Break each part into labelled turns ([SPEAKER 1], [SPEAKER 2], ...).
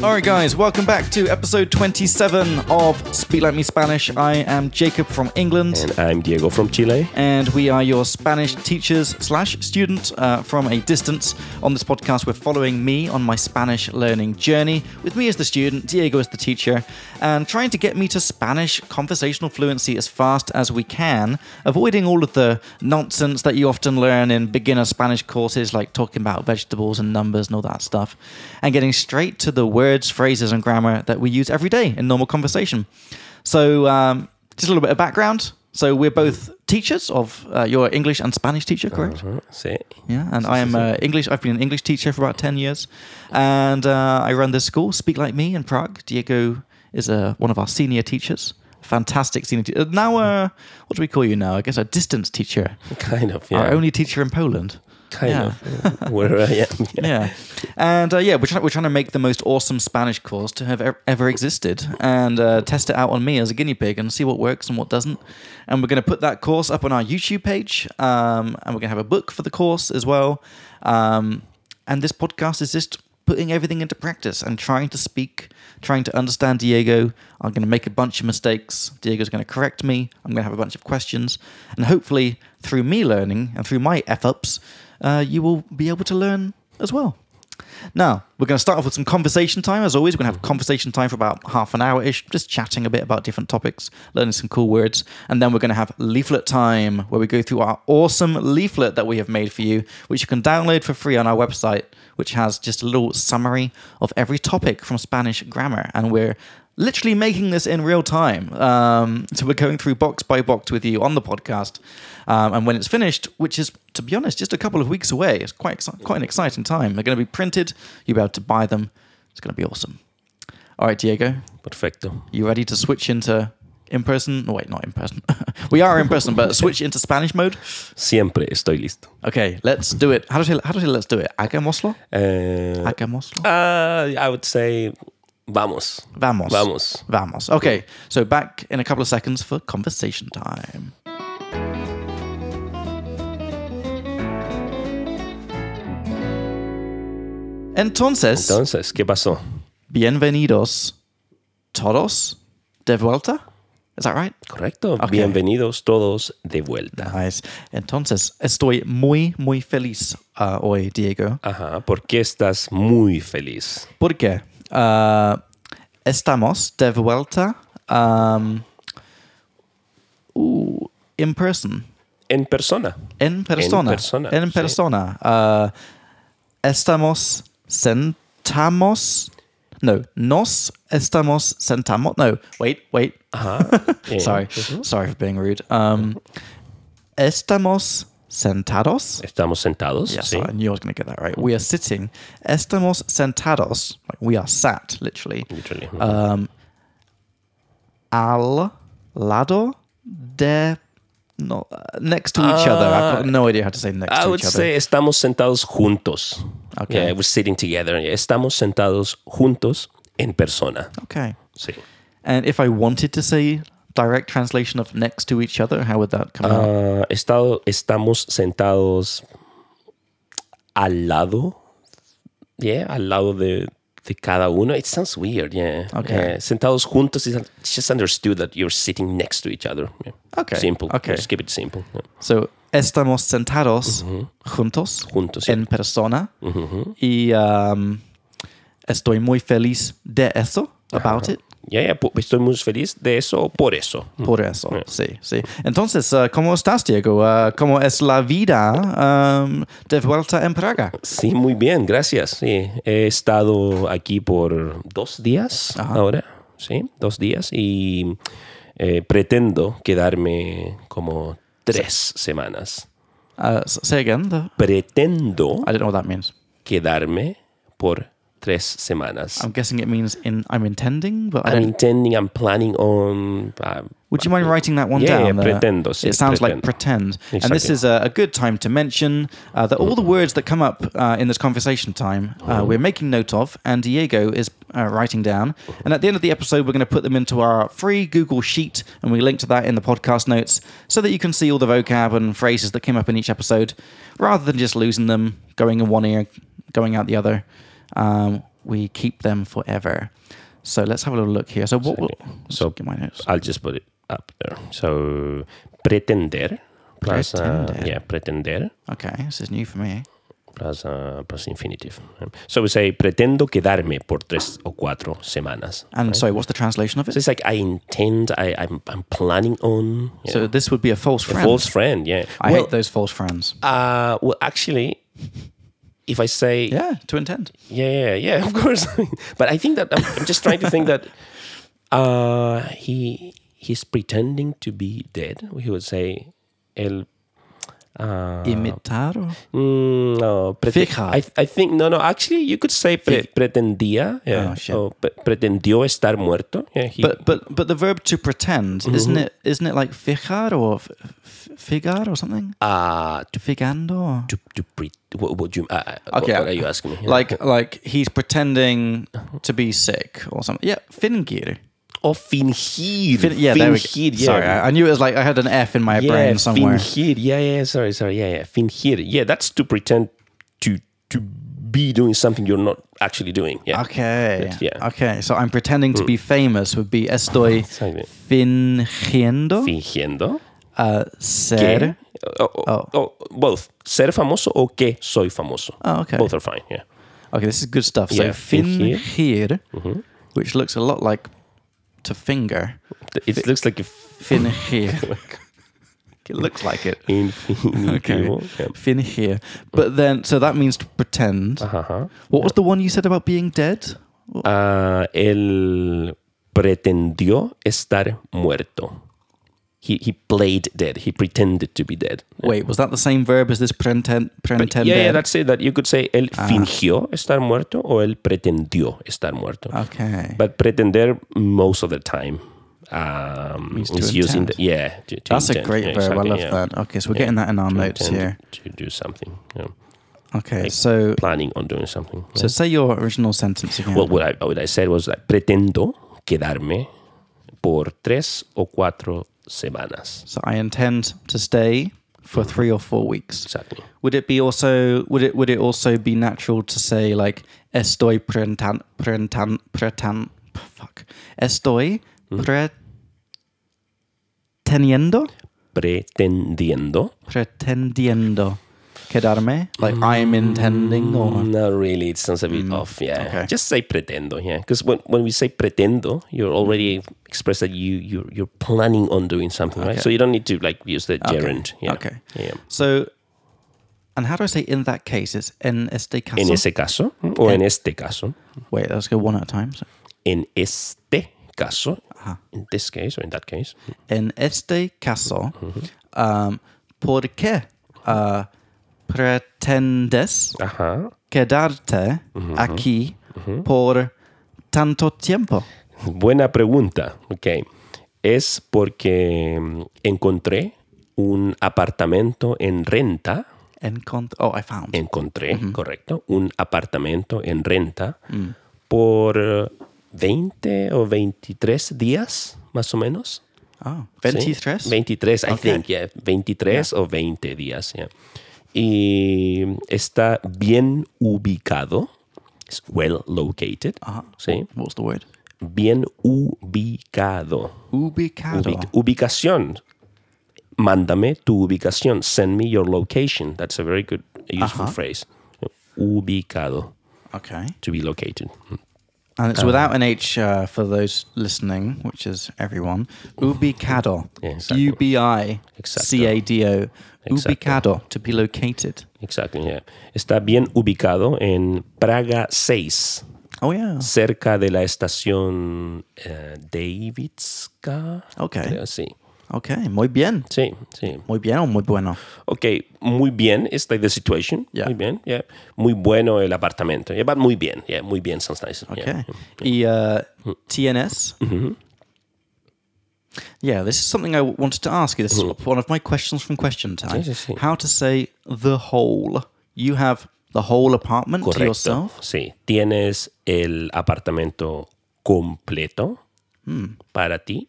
[SPEAKER 1] All right, guys, welcome back to episode 27 of Speak Like Me Spanish. I am Jacob from England.
[SPEAKER 2] And I'm Diego from Chile.
[SPEAKER 1] and we are your Spanish teachers slash student uh, from a distance. On this podcast, we're following me on my Spanish learning journey, with me as the student, Diego as the teacher, and trying to get me to Spanish conversational fluency as fast as we can, avoiding all of the nonsense that you often learn in beginner Spanish courses, like talking about vegetables and numbers and all that stuff, and getting straight to the words, phrases, and grammar that we use every day in normal conversation. So, um, just a little bit of background. So we're both teachers of uh, your English and Spanish teacher, correct?
[SPEAKER 2] Uh-huh, Sí.
[SPEAKER 1] Yeah, and I am uh, English. I've been an English teacher for about ten years, and uh, I run this school, Speak Like Me, in Prague. Diego is uh, one of our senior teachers. Fantastic senior teacher. Now, uh, what do we call you now? I guess a distance teacher.
[SPEAKER 2] Kind of, yeah.
[SPEAKER 1] Our only teacher in Poland.
[SPEAKER 2] kind
[SPEAKER 1] yeah.
[SPEAKER 2] of uh, where I am.
[SPEAKER 1] yeah. And uh, yeah, we're trying, we're trying to make the most awesome Spanish course to have ever, ever existed and uh, test it out on me as a guinea pig and see what works and what doesn't. And we're going to put that course up on our YouTube page um, and we're going to have a book for the course as well. Um, and this podcast is just putting everything into practice and trying to speak, trying to understand Diego. I'm going to make a bunch of mistakes. Diego's going to correct me. I'm going to have a bunch of questions. And hopefully, through me learning and through my F ups, uh, you will be able to learn as well. Now, we're going to start off with some conversation time. As always, we're going to have conversation time for about half an hour ish, just chatting a bit about different topics, learning some cool words. And then we're going to have leaflet time, where we go through our awesome leaflet that we have made for you, which you can download for free on our website, which has just a little summary of every topic from Spanish grammar. And we're literally making this in real time. Um, so we're going through box by box with you on the podcast, um, and when it's finished, which is to be honest just a couple of weeks away, it's quite exci- quite an exciting time. They're going to be printed. You'll be able to buy them. It's going to be awesome. All right, Diego,
[SPEAKER 2] Perfecto.
[SPEAKER 1] you ready to switch into in person? No, wait, not in person. we are in person, but switch into Spanish mode.
[SPEAKER 2] Siempre estoy listo.
[SPEAKER 1] Okay, let's do it. How do I how do I say let's do it? Hagámoslo.
[SPEAKER 2] Uh,
[SPEAKER 1] Hagámoslo.
[SPEAKER 2] uh, I would say vamos.
[SPEAKER 1] Vamos.
[SPEAKER 2] Vamos.
[SPEAKER 1] Vamos. Okay, so back in a couple of seconds for conversation time. Entonces,
[SPEAKER 2] Entonces, ¿qué pasó?
[SPEAKER 1] bienvenidos todos de vuelta. Is that right?
[SPEAKER 2] Correcto. Bienvenidos todos de vuelta.
[SPEAKER 1] Nice. Entonces, estoy muy, muy feliz uh, hoy, Diego.
[SPEAKER 2] Ajá. ¿Por qué estás muy feliz?
[SPEAKER 1] Porque ah, estamos de vuelta um, uh, in person.
[SPEAKER 2] En persona.
[SPEAKER 1] En persona.
[SPEAKER 2] En persona,
[SPEAKER 1] En
[SPEAKER 2] sí.
[SPEAKER 1] persona. Ah, estamos sentamos. No, nos estamos sentamos. No, wait, wait. Ah,
[SPEAKER 2] Ajá. Eh,
[SPEAKER 1] Sorry. Sorry for being rude. Um, estamos sentados.
[SPEAKER 2] Estamos sentados.
[SPEAKER 1] Yes,
[SPEAKER 2] sí.
[SPEAKER 1] I knew I was going to get that right. We are sitting. Estamos sentados. Like we are sat, literally.
[SPEAKER 2] Literally.
[SPEAKER 1] Um, al lado de. No, uh, next to each other. I've got no idea how to say next
[SPEAKER 2] Uh, I
[SPEAKER 1] to
[SPEAKER 2] would
[SPEAKER 1] each other.
[SPEAKER 2] say estamos sentados juntos.
[SPEAKER 1] Okay.
[SPEAKER 2] Yeah, we're sitting together. Yeah, Estamos sentados juntos en persona.
[SPEAKER 1] okay.
[SPEAKER 2] Sí.
[SPEAKER 1] And if I wanted to say direct translation of next to each other, how would that come out?
[SPEAKER 2] Ah, estado, estamos sentados al lado. Yeah, al lado de, de cada uno. It sounds weird, yeah.
[SPEAKER 1] Okay.
[SPEAKER 2] Yeah, Sentados juntos. It's just understood that you're sitting next to each other. Yeah.
[SPEAKER 1] Okay,
[SPEAKER 2] Simple.
[SPEAKER 1] okay.
[SPEAKER 2] Just keep it simple. Yeah.
[SPEAKER 1] So, estamos sentados juntos,
[SPEAKER 2] Juntos, yeah.
[SPEAKER 1] en persona. Y um, estoy muy feliz de eso, about it.
[SPEAKER 2] Yeah, yeah, po- Estoy muy feliz de eso, por eso. Mm.
[SPEAKER 1] Por eso, sí, sí. Entonces, uh, ¿cómo estás, Diego? Uh, ¿Cómo es la vida um, de vuelta en Praga?
[SPEAKER 2] Sí, muy bien, gracias. Sí, he estado aquí por dos días ahora, sí, dos días y eh, pretendo quedarme como tres semanas.
[SPEAKER 1] Uh, s- say again. the-
[SPEAKER 2] Pretendo
[SPEAKER 1] I don't know what that means.
[SPEAKER 2] quedarme por tres semanas.
[SPEAKER 1] I'm guessing it means in I'm intending, but I
[SPEAKER 2] I'm
[SPEAKER 1] don't.
[SPEAKER 2] intending, I'm planning on. uh,
[SPEAKER 1] Would you mind writing that one
[SPEAKER 2] Yeah,
[SPEAKER 1] down?
[SPEAKER 2] yeah,
[SPEAKER 1] there?
[SPEAKER 2] pretendo, sí,
[SPEAKER 1] It sounds like pretend. And this
[SPEAKER 2] Exactly. Mm.
[SPEAKER 1] is a, a good time to mention uh, that all the words that come up uh, in this conversation time, uh,
[SPEAKER 2] Mm-hmm.
[SPEAKER 1] we're making note of, and Diego is uh, writing down.
[SPEAKER 2] Mm-hmm.
[SPEAKER 1] And at the end of the episode, we're going to put them into our free Google Sheet, and we link to that in the podcast notes so that you can see all the vocab and phrases that came up in each episode rather than just losing them, going in one ear, going out the other. Um, we keep them forever. So let's have a little look here. So what will
[SPEAKER 2] So,
[SPEAKER 1] get my notes.
[SPEAKER 2] I'll just put it up there. So, pretender plus, uh,
[SPEAKER 1] Pretender.
[SPEAKER 2] yeah, pretender
[SPEAKER 1] Okay, this is new for me.
[SPEAKER 2] plus, uh, plus infinitive. So we say, pretendo quedarme por tres o cuatro semanas.
[SPEAKER 1] And sorry, what's the translation of it?
[SPEAKER 2] So it's like, I intend, I, I'm, I'm planning on. you
[SPEAKER 1] So
[SPEAKER 2] know,
[SPEAKER 1] this would be a false
[SPEAKER 2] a
[SPEAKER 1] friend.
[SPEAKER 2] false friend, yeah.
[SPEAKER 1] I
[SPEAKER 2] well,
[SPEAKER 1] hate those false friends.
[SPEAKER 2] uh, well, actually, if I say,
[SPEAKER 1] Yeah, to intend.
[SPEAKER 2] Yeah, yeah, yeah, of course. but I think that I'm, I'm just trying to think that uh, he he's pretending to be dead. We would say el. Uh,
[SPEAKER 1] Imitar. or-
[SPEAKER 2] mm, no, prete-
[SPEAKER 1] Fijar.
[SPEAKER 2] I, I think no, no. Actually, you could say pre- pretendía. Yeah,
[SPEAKER 1] Oh, shit.
[SPEAKER 2] or pre- pretendió estar muerto. Yeah, he,
[SPEAKER 1] But but but the verb to pretend
[SPEAKER 2] Mm-hmm.
[SPEAKER 1] isn't it isn't it like fijar or f- f- figar or something?
[SPEAKER 2] uh, to
[SPEAKER 1] Figando. Or?
[SPEAKER 2] to to pre- what, what you uh, uh,
[SPEAKER 1] Okay,
[SPEAKER 2] what, what are you asking me?
[SPEAKER 1] Like like he's pretending
[SPEAKER 2] Uh-huh.
[SPEAKER 1] to be sick or something. Yeah, fingir.
[SPEAKER 2] or Oh, fingir.
[SPEAKER 1] Fin- yeah, there we go.
[SPEAKER 2] Fingir, yeah.
[SPEAKER 1] Sorry, I, I knew it was like I had an F in my brain somewhere.
[SPEAKER 2] Fingir. Yeah, yeah, sorry, sorry. Yeah, yeah. Fingir. Yeah, that's to pretend to to be doing something you're not actually doing. Yeah.
[SPEAKER 1] Okay.
[SPEAKER 2] That's- yeah. Mm.
[SPEAKER 1] Okay. So I'm pretending to be famous would be estoy
[SPEAKER 2] Exactly.
[SPEAKER 1] fingiendo
[SPEAKER 2] Fingiendo.
[SPEAKER 1] uh, ser.
[SPEAKER 2] Que- Oh, oh, oh, both. Ser famoso o que soy famoso.
[SPEAKER 1] Oh, okay.
[SPEAKER 2] Both are fine. Yeah.
[SPEAKER 1] Okay, this is good stuff. So
[SPEAKER 2] Yeah, Mm-hmm.
[SPEAKER 1] fingir,
[SPEAKER 2] fingir.
[SPEAKER 1] which looks a lot like to finger.
[SPEAKER 2] It looks like a f-
[SPEAKER 1] Fingir. it looks like it. Okay.
[SPEAKER 2] infinitivo. Yeah. Mm. Ah,
[SPEAKER 1] Fingir. But then, so that means to pretend.
[SPEAKER 2] Ajá.
[SPEAKER 1] What was the one you said about being dead?
[SPEAKER 2] Ah, él pretendió estar muerto. He, he played dead. He pretended to be dead.
[SPEAKER 1] Wait, was that the same verb as this pretend? Ah. pretender?
[SPEAKER 2] Yeah, yeah, that's it. That you could say él fingió estar muerto o él pretendió estar muerto.
[SPEAKER 1] Ah. okay.
[SPEAKER 2] But pretender most of the time um,
[SPEAKER 1] Means to
[SPEAKER 2] is used in the,
[SPEAKER 1] intend.
[SPEAKER 2] yeah. To, to
[SPEAKER 1] That's a
[SPEAKER 2] intend.
[SPEAKER 1] great
[SPEAKER 2] Yeah,
[SPEAKER 1] verb.
[SPEAKER 2] exactly,
[SPEAKER 1] I love
[SPEAKER 2] yeah.
[SPEAKER 1] that. Okay, so we're getting that in our
[SPEAKER 2] To
[SPEAKER 1] notes
[SPEAKER 2] intend
[SPEAKER 1] here.
[SPEAKER 2] to do something. you know,
[SPEAKER 1] Okay, so
[SPEAKER 2] planning on doing something.
[SPEAKER 1] so say your original sentence again.
[SPEAKER 2] Well, what I, what I said was like pretendo quedarme por tres o cuatro semanas.
[SPEAKER 1] so I intend to stay for three or four weeks.
[SPEAKER 2] Exactly.
[SPEAKER 1] Would it be also would it would it also be natural to say like estoy pretan pretan pretan fuck estoy
[SPEAKER 2] Hmm?
[SPEAKER 1] preteniendo
[SPEAKER 2] Pretendiendo.
[SPEAKER 1] pretendiendo quedarme like I am intending or
[SPEAKER 2] Not really. It sounds a bit off. Yeah.
[SPEAKER 1] Mm, okay.
[SPEAKER 2] Just say pretendo. Yeah. Because when, when we say pretendo, you're already expressed that you you're, you're planning on doing something, right?
[SPEAKER 1] Okay.
[SPEAKER 2] So you don't need to like use the gerund. Yeah.
[SPEAKER 1] Okay.
[SPEAKER 2] Yeah.
[SPEAKER 1] so and how do I say in that case it's en este caso
[SPEAKER 2] En ese caso o en este caso.
[SPEAKER 1] wait let's go one at a time so.
[SPEAKER 2] En este caso. In this case or in that case. mm,
[SPEAKER 1] en este caso,
[SPEAKER 2] Mm-hmm.
[SPEAKER 1] um, ¿por qué uh, pretendes
[SPEAKER 2] Ajá.
[SPEAKER 1] quedarte
[SPEAKER 2] Mm-hmm.
[SPEAKER 1] aquí por tanto tiempo?
[SPEAKER 2] Buena pregunta. Ok. Es porque mm, encontré un apartamento en renta.
[SPEAKER 1] Encont- oh, I found.
[SPEAKER 2] encontré, correcto, un apartamento en renta por eh, 20 o 23 días, más o menos.
[SPEAKER 1] oh,
[SPEAKER 2] ¿sí?
[SPEAKER 1] 23?
[SPEAKER 2] 23, I
[SPEAKER 1] Ok.
[SPEAKER 2] think, yeah. 23 o 20 días, yeah. Y está bien ubicado. Es well located. ¿sí?
[SPEAKER 1] What's the word?
[SPEAKER 2] Bien ubicado.
[SPEAKER 1] Ubicado.
[SPEAKER 2] Ubic- ubicación. Mándame tu ubicación. Send me your location. That's a very good, useful phrase. Ubicado.
[SPEAKER 1] okay.
[SPEAKER 2] To be located.
[SPEAKER 1] And it's without an H uh, for those listening, which is everyone. Ubicado.
[SPEAKER 2] Yeah, exactly.
[SPEAKER 1] U-B-I
[SPEAKER 2] Exacto.
[SPEAKER 1] C-A-D-O.
[SPEAKER 2] Exacto.
[SPEAKER 1] Ubicado, to be located.
[SPEAKER 2] Exactly, yeah. Está bien ubicado en Praga 6,
[SPEAKER 1] Oh, yeah.
[SPEAKER 2] cerca de la estación eh, Davidska.
[SPEAKER 1] Okay.
[SPEAKER 2] creo, Sí,
[SPEAKER 1] Okay, muy bien.
[SPEAKER 2] sí, sí.
[SPEAKER 1] Muy bien o muy bueno.
[SPEAKER 2] Ok, muy bien, it's like the situation.
[SPEAKER 1] Yeah.
[SPEAKER 2] Muy bien, yeah. Muy bueno el apartamento. Yeah, but muy bien, yeah, muy bien sounds nice. yeah. Mm-hmm.
[SPEAKER 1] Okay. Y uh, TNS. Yeah, this is something I w- wanted to ask you. This is
[SPEAKER 2] Mm-hmm.
[SPEAKER 1] one of my questions from question time.
[SPEAKER 2] Sí, sí, sí.
[SPEAKER 1] How to say the whole. You have the whole apartment to
[SPEAKER 2] Correcto.
[SPEAKER 1] yourself.
[SPEAKER 2] Sí, tienes el apartamento completo
[SPEAKER 1] Mm.
[SPEAKER 2] para ti.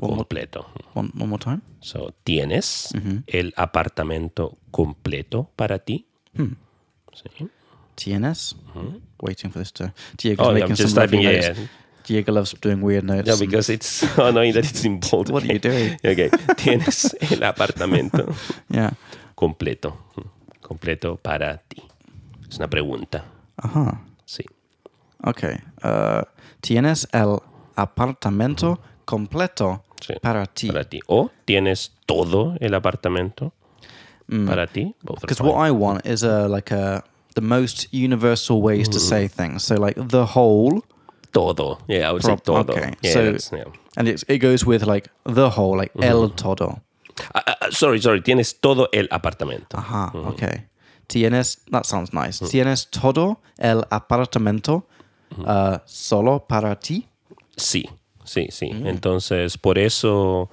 [SPEAKER 1] Oh.
[SPEAKER 2] Completo.
[SPEAKER 1] One, one more time.
[SPEAKER 2] So,
[SPEAKER 1] Mm.
[SPEAKER 2] tienes el apartamento completo para ti. Sí.
[SPEAKER 1] TNS. Waiting for this to. Diego
[SPEAKER 2] Mm-hmm. Oh, yeah,
[SPEAKER 1] making
[SPEAKER 2] I'm just
[SPEAKER 1] some lovely
[SPEAKER 2] typing it
[SPEAKER 1] notes. Diego loves doing weird notes.
[SPEAKER 2] No,
[SPEAKER 1] and-
[SPEAKER 2] because it's annoying that it's in bold.
[SPEAKER 1] What are you doing?
[SPEAKER 2] Okay. Tienes el apartamento
[SPEAKER 1] yeah.
[SPEAKER 2] completo. Completo para ti. Es una pregunta.
[SPEAKER 1] Ajá.
[SPEAKER 2] Sí.
[SPEAKER 1] Uh-huh. Okay. Uh, tienes el apartamento completo
[SPEAKER 2] Sí.
[SPEAKER 1] para ti.
[SPEAKER 2] Para ti. O tienes todo el apartamento
[SPEAKER 1] Mm.
[SPEAKER 2] para ti. Both are
[SPEAKER 1] Because
[SPEAKER 2] fine.
[SPEAKER 1] what I want is a like a the most universal ways to say things. So like the whole,
[SPEAKER 2] Todo. Yeah, I would say
[SPEAKER 1] Pro-
[SPEAKER 2] todo.
[SPEAKER 1] okay,
[SPEAKER 2] Yeah,
[SPEAKER 1] so-
[SPEAKER 2] that's- yeah.
[SPEAKER 1] and it's, it goes with like the whole, like el todo.
[SPEAKER 2] Ah, ah, ah, sorry, sorry. Tienes todo el apartamento.
[SPEAKER 1] Aha, okay. Tienes, that sounds nice. Tienes todo el apartamento uh, solo para ti.
[SPEAKER 2] Sí, sí, sí.
[SPEAKER 1] Mm.
[SPEAKER 2] Entonces, por eso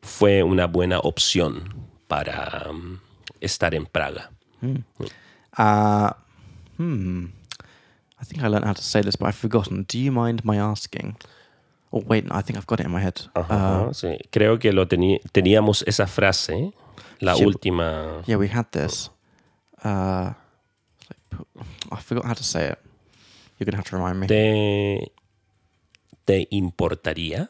[SPEAKER 2] fue una buena opción para um, estar en Praga.
[SPEAKER 1] Uh, hmm. I think I learned how to say this, but I've forgotten. Do you mind my asking? Oh, wait, no, I think I've got it in my head. Uh,
[SPEAKER 2] Ajá,
[SPEAKER 1] Ah.
[SPEAKER 2] sí. Creo que lo teni- teníamos esa frase, la
[SPEAKER 1] Sí,
[SPEAKER 2] última.
[SPEAKER 1] Yeah, we had this. Uh, it's like, pu- I forgot how to say it. You're going to have to remind me.
[SPEAKER 2] ¿Te, te importaría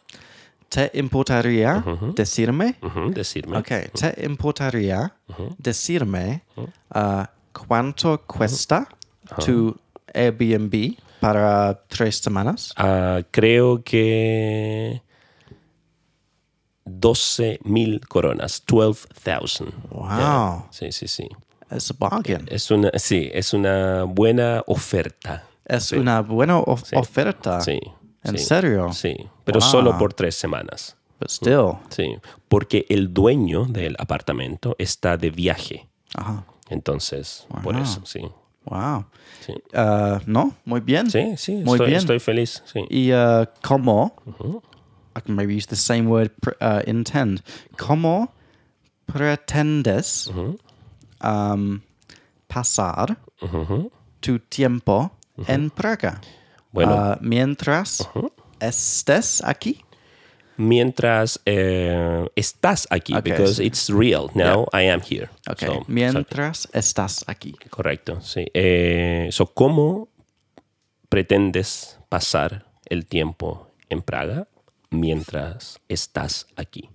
[SPEAKER 1] Te importaría
[SPEAKER 2] Mm-hmm.
[SPEAKER 1] decirme?
[SPEAKER 2] ujú, decirme
[SPEAKER 1] Okay, te
[SPEAKER 2] Mm-hmm.
[SPEAKER 1] importaría decirme uh, cuánto
[SPEAKER 2] Mm-hmm.
[SPEAKER 1] cuesta
[SPEAKER 2] Uh-huh.
[SPEAKER 1] tu Airbnb para tres semanas?
[SPEAKER 2] Ah, creo que 12.000 coronas, 12,000.
[SPEAKER 1] Wow,
[SPEAKER 2] Sí, sí, sí.
[SPEAKER 1] it's a bargain.
[SPEAKER 2] Es una, sí, es una buena oferta.
[SPEAKER 1] Es una buena of- oferta.
[SPEAKER 2] Sí.
[SPEAKER 1] Ah, ¿En
[SPEAKER 2] sí,
[SPEAKER 1] serio?
[SPEAKER 2] Sí, pero
[SPEAKER 1] Wow.
[SPEAKER 2] solo por tres semanas.
[SPEAKER 1] But still.
[SPEAKER 2] Sí, porque el dueño del apartamento está de viaje.
[SPEAKER 1] Ajá.
[SPEAKER 2] Entonces, por eso, sí.
[SPEAKER 1] Wow.
[SPEAKER 2] Sí,
[SPEAKER 1] Uh, no, muy bien.
[SPEAKER 2] sí, sí,
[SPEAKER 1] Muy
[SPEAKER 2] estoy,
[SPEAKER 1] bien.
[SPEAKER 2] estoy feliz. Sí.
[SPEAKER 1] Y uh, como,
[SPEAKER 2] Mm-hmm.
[SPEAKER 1] I can maybe use the same word pr- uh, intend. Como pretendes
[SPEAKER 2] Mm-hmm.
[SPEAKER 1] um, pasar tu tiempo en Praga?
[SPEAKER 2] Mm-hmm. Bueno. Mm-hmm.
[SPEAKER 1] Uh, mientras estés aquí.
[SPEAKER 2] Mientras eh, estás aquí,
[SPEAKER 1] Okay,
[SPEAKER 2] because
[SPEAKER 1] sí.
[SPEAKER 2] it's real. Now I am here.
[SPEAKER 1] Okay.
[SPEAKER 2] So, exacto,
[SPEAKER 1] mientras estás aquí.
[SPEAKER 2] correcto, sí. Eh, so, ¿Cómo pretendes pasar el tiempo en Praga mientras estás aquí?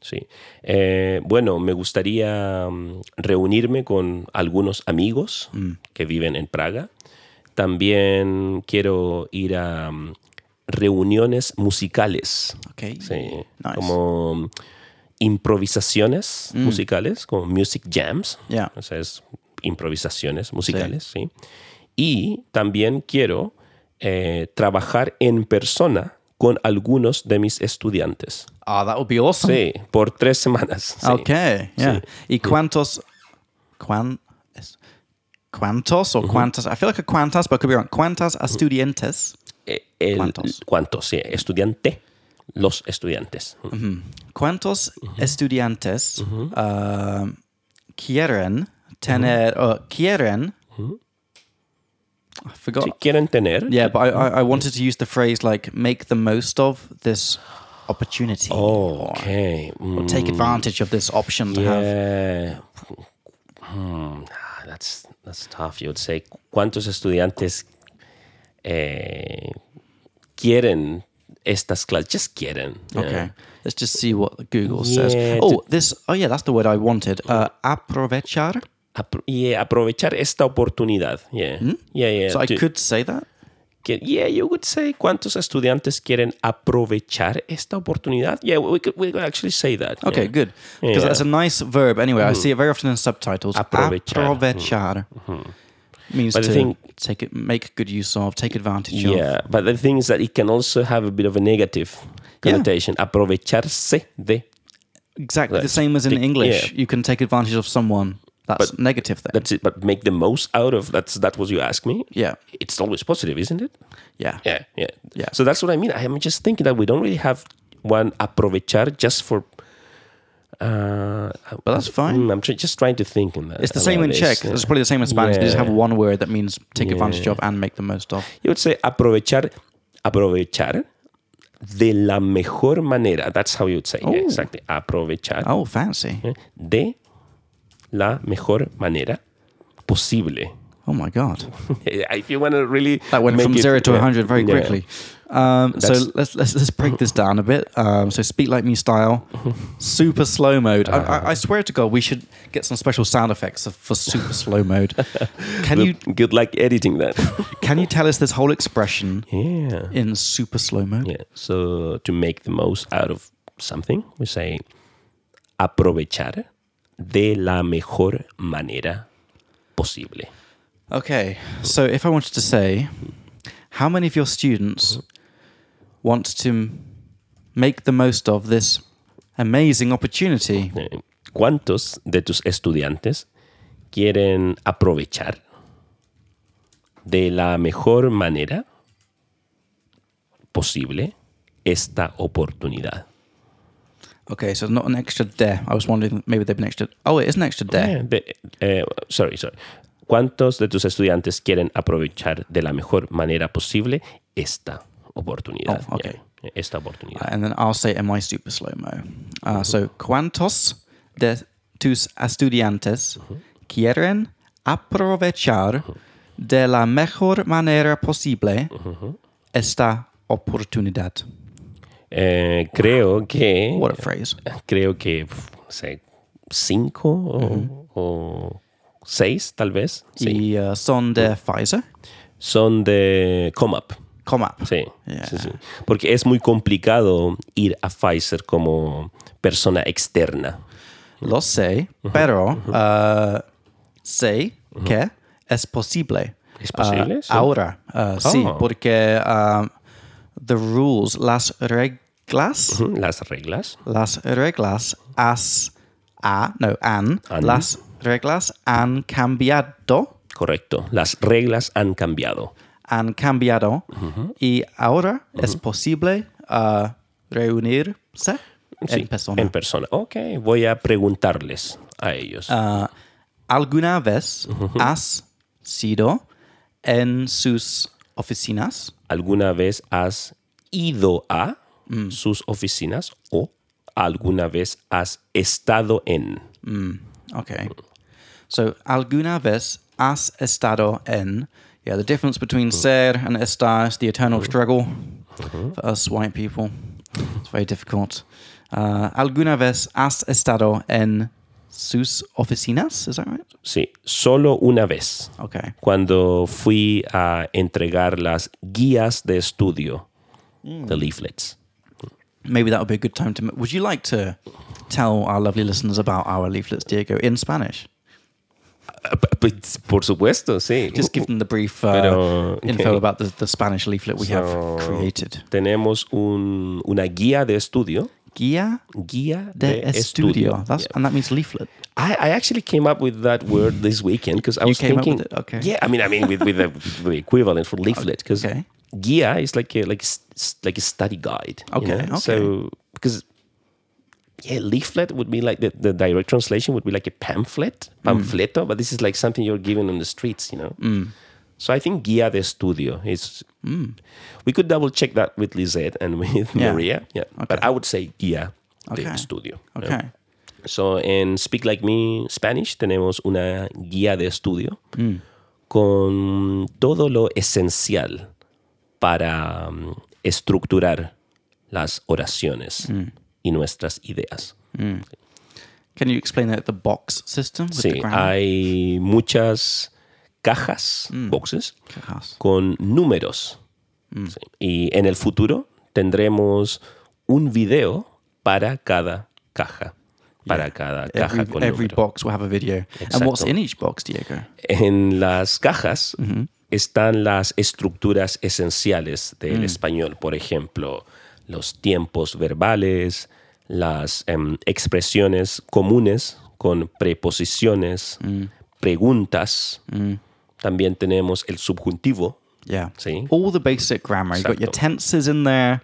[SPEAKER 2] Sí. Eh, bueno, me gustaría mm, reunirme con algunos amigos que viven en Praga. También quiero ir a mm, reuniones musicales.
[SPEAKER 1] Okay.
[SPEAKER 2] Sí,
[SPEAKER 1] Nice.
[SPEAKER 2] como mm, improvisaciones
[SPEAKER 1] Mm.
[SPEAKER 2] musicales, como music jams.
[SPEAKER 1] Yeah.
[SPEAKER 2] O sea, es improvisaciones musicales, sí. Y también quiero eh, trabajar en persona con algunos de mis estudiantes.
[SPEAKER 1] Ah, that would be awesome.
[SPEAKER 2] Sí, por tres semanas.
[SPEAKER 1] Ah,
[SPEAKER 2] sí.
[SPEAKER 1] Okay, yeah. ¿Y cuántos? Cuan, es- ¿Cuántos
[SPEAKER 2] Mm-hmm.
[SPEAKER 1] o cuántas? I feel like a cuantas, but I could be wrong. ¿Cuántas estudiantes?
[SPEAKER 2] Eh, el-
[SPEAKER 1] ¿Cuántos?
[SPEAKER 2] ¿Cuántos? Sí, estudiante. Los estudiantes.
[SPEAKER 1] ¿Cuántos estudiantes um, quieren tener o quieren? I forgot.
[SPEAKER 2] Si quieren tener.
[SPEAKER 1] Yeah, but I, I, I wanted to use the phrase like make the most of this opportunity.
[SPEAKER 2] Oh, ok.
[SPEAKER 1] Or
[SPEAKER 2] Mm.
[SPEAKER 1] take advantage of this option to have.
[SPEAKER 2] Yeah. Hmm, ah, that's, that's tough. You would say, ¿cuántos estudiantes eh, quieren estas clases? Just quieren. yeah.
[SPEAKER 1] Okay. Let's just see what Google
[SPEAKER 2] Yeah,
[SPEAKER 1] says. Oh, this. Oh, yeah, that's the word I wanted. Uh, aprovechar.
[SPEAKER 2] Apro- yeah, aprovechar esta oportunidad. Yeah. Yeah, yeah.
[SPEAKER 1] Mm-hmm. So I
[SPEAKER 2] Do-
[SPEAKER 1] could say that.
[SPEAKER 2] que- yeah, you would say, ¿cuántos estudiantes quieren aprovechar esta oportunidad? Yeah, we could, we could actually say that.
[SPEAKER 1] Okay,
[SPEAKER 2] yeah.
[SPEAKER 1] good. Because
[SPEAKER 2] Yeah. Mm-hmm.
[SPEAKER 1] that's a nice verb. Anyway, I see it very often in subtitles.
[SPEAKER 2] Aprovechar.
[SPEAKER 1] Aprovechar means
[SPEAKER 2] But I
[SPEAKER 1] to
[SPEAKER 2] think-
[SPEAKER 1] take it, make good use of, take advantage of.
[SPEAKER 2] Yeah, but the thing is that it can also have a bit of a negative
[SPEAKER 1] Yeah.
[SPEAKER 2] connotation. Aprovecharse de
[SPEAKER 1] Exactly the
[SPEAKER 2] That's
[SPEAKER 1] same as in
[SPEAKER 2] the-
[SPEAKER 1] English.
[SPEAKER 2] yeah.
[SPEAKER 1] You can take advantage of someone. That's negative then.
[SPEAKER 2] That's it. But make the most out of that's that was you asked me.
[SPEAKER 1] yeah.
[SPEAKER 2] It's always positive, isn't it?
[SPEAKER 1] Yeah.
[SPEAKER 2] Yeah, yeah,
[SPEAKER 1] Yeah.
[SPEAKER 2] So that's what I mean. I am just thinking that we don't really have one aprovechar just for. Uh,
[SPEAKER 1] But that's fine.
[SPEAKER 2] I'm tr- just trying to think in that.
[SPEAKER 1] It's the same in Czech. It's probably the same in Spanish. They just have
[SPEAKER 2] Yeah.
[SPEAKER 1] one word that means take advantage
[SPEAKER 2] Yeah.
[SPEAKER 1] of and make the most of.
[SPEAKER 2] You would say aprovechar, aprovechar de la mejor manera. That's how you would say. Yeah,
[SPEAKER 1] Oh.
[SPEAKER 2] exactly. Aprovechar
[SPEAKER 1] Oh, fancy.
[SPEAKER 2] eh, de la mejor manera posible.
[SPEAKER 1] Oh my god,
[SPEAKER 2] if you want to really
[SPEAKER 1] that went
[SPEAKER 2] make
[SPEAKER 1] from
[SPEAKER 2] it-
[SPEAKER 1] zero to
[SPEAKER 2] yeah,
[SPEAKER 1] hundred very
[SPEAKER 2] yeah.
[SPEAKER 1] quickly. Um, so
[SPEAKER 2] That's-
[SPEAKER 1] let's, let's let's break this down a bit. Um, so speak like me style, super slow mode. I,
[SPEAKER 2] Uh-huh.
[SPEAKER 1] I, I swear to God, we should get some special sound effects of- for super slow mode. Can you
[SPEAKER 2] Good- good luck editing that.
[SPEAKER 1] can you tell us this whole expression
[SPEAKER 2] yeah.
[SPEAKER 1] in super slow mode?
[SPEAKER 2] Yeah. So to make the most out of something, we say aprovechar de la mejor manera posible.
[SPEAKER 1] Okay, so if I wanted to say, how many of your students want to m- make the most of this amazing opportunity?
[SPEAKER 2] Eh, ¿Cuántos de tus estudiantes quieren aprovechar de la mejor manera posible esta oportunidad?
[SPEAKER 1] Okay, so not an extra dare. I was wondering maybe there'd be an extra. Oh, it is an extra dare.
[SPEAKER 2] Eh, de- eh, sorry, sorry. ¿Cuántos de tus estudiantes quieren aprovechar de la mejor manera posible esta oportunidad?
[SPEAKER 1] Oh, ok. Ah.
[SPEAKER 2] Yeah, Mm-hmm. Esta oportunidad.
[SPEAKER 1] And then I'll say, am I super slow mo? Uh, so, ¿cuántos de tus estudiantes
[SPEAKER 2] Mm-hmm.
[SPEAKER 1] quieren aprovechar
[SPEAKER 2] Mm-hmm.
[SPEAKER 1] de la mejor manera posible esta oportunidad?
[SPEAKER 2] Eh, creo que.
[SPEAKER 1] What a phrase.
[SPEAKER 2] Creo que. pf, no sé, cinco o, o seis, tal vez. Sí. Mm.
[SPEAKER 1] Y uh, son de Pfizer.
[SPEAKER 2] Son de Comap.
[SPEAKER 1] Come up.
[SPEAKER 2] Sí,
[SPEAKER 1] Yeah.
[SPEAKER 2] sí, sí. Porque es muy complicado ir a Pfizer como persona externa.
[SPEAKER 1] Lo sé, pero uh, sé que es posible.
[SPEAKER 2] ¿Es posible?
[SPEAKER 1] Uh,
[SPEAKER 2] Sí.
[SPEAKER 1] Ahora, uh, sí,
[SPEAKER 2] Oh.
[SPEAKER 1] porque um, the rules, las reglas,
[SPEAKER 2] Ujú, Las reglas.
[SPEAKER 1] las reglas as a, no, an,
[SPEAKER 2] An.
[SPEAKER 1] las reglas han cambiado,
[SPEAKER 2] Correcto. Las reglas han cambiado.
[SPEAKER 1] han cambiado, y ahora es posible uh, reunirse
[SPEAKER 2] Sí,
[SPEAKER 1] en persona.
[SPEAKER 2] En persona. Ok, voy a preguntarles a ellos.
[SPEAKER 1] Ah, ¿Alguna vez has sido en sus oficinas?
[SPEAKER 2] ¿Alguna vez has ido a sus oficinas o alguna vez has estado en?
[SPEAKER 1] Okay. So, ¿alguna vez has estado en? Yeah, the difference between ser and estar is the eternal struggle for us white people. It's very difficult. Uh, ¿Alguna vez has estado en sus oficinas? Is that right?
[SPEAKER 2] Sí, solo una vez.
[SPEAKER 1] Okay.
[SPEAKER 2] Cuando fui a entregar las guías de estudio, the leaflets.
[SPEAKER 1] Maybe that would be a good time to. Would you like to tell our lovely listeners about our leaflets, Diego, in Spanish?
[SPEAKER 2] Ah, p- p- Por supuesto, sí.
[SPEAKER 1] just give them the brief uh,
[SPEAKER 2] Pero-
[SPEAKER 1] info about the, the Spanish leaflet we
[SPEAKER 2] So-
[SPEAKER 1] have created.
[SPEAKER 2] Tenemos un- una guía de estudio.
[SPEAKER 1] Guía
[SPEAKER 2] Guía
[SPEAKER 1] de
[SPEAKER 2] de,
[SPEAKER 1] estudio. That's,
[SPEAKER 2] Yeah.
[SPEAKER 1] And that means leaflet.
[SPEAKER 2] I, I actually came up with that word this weekend because I was
[SPEAKER 1] came up
[SPEAKER 2] thinking.
[SPEAKER 1] with it? Okay.
[SPEAKER 2] Yeah, I mean, I mean, with, with, the, with the equivalent for leaflet because
[SPEAKER 1] Okay.
[SPEAKER 2] guía is like a like s- s- like a study guide. you
[SPEAKER 1] Okay,
[SPEAKER 2] know?
[SPEAKER 1] okay.
[SPEAKER 2] So because yeah, leaflet would be like the, the direct translation would be like a pamphlet,
[SPEAKER 1] Mm.
[SPEAKER 2] pamphleto, but this is like something you're given on the streets, you know. So I think guía de estudio is. We could double check that with Lisette and with
[SPEAKER 1] Mm. Yeah.
[SPEAKER 2] Maria, yeah. But I would say guía de
[SPEAKER 1] Okay.
[SPEAKER 2] estudio. you know?
[SPEAKER 1] Okay.
[SPEAKER 2] So, en Speak Like Me Spanish tenemos una guía de estudio
[SPEAKER 1] Mm.
[SPEAKER 2] con todo lo esencial para mm, estructurar las oraciones
[SPEAKER 1] Mm.
[SPEAKER 2] y nuestras ideas.
[SPEAKER 1] Can you explain that the box system with the
[SPEAKER 2] Sí,
[SPEAKER 1] grammar?
[SPEAKER 2] hay muchas cajas,
[SPEAKER 1] Mm.
[SPEAKER 2] boxes,
[SPEAKER 1] Cajas.
[SPEAKER 2] con números.
[SPEAKER 1] Mm.
[SPEAKER 2] Sí, Y en el futuro tendremos un video para cada caja. Para cada caja
[SPEAKER 1] Every,
[SPEAKER 2] con
[SPEAKER 1] every
[SPEAKER 2] número.
[SPEAKER 1] box will have a video. And what's
[SPEAKER 2] Exacto.
[SPEAKER 1] in each box, Diego?
[SPEAKER 2] en las cajas están las estructuras esenciales del español, por ejemplo, los tiempos verbales, las em, expresiones comunes con preposiciones, preguntas. También tenemos el subjuntivo.
[SPEAKER 1] Yeah.
[SPEAKER 2] Sí.
[SPEAKER 1] All the basic grammar. You've got your
[SPEAKER 2] Exacto.
[SPEAKER 1] tenses in there,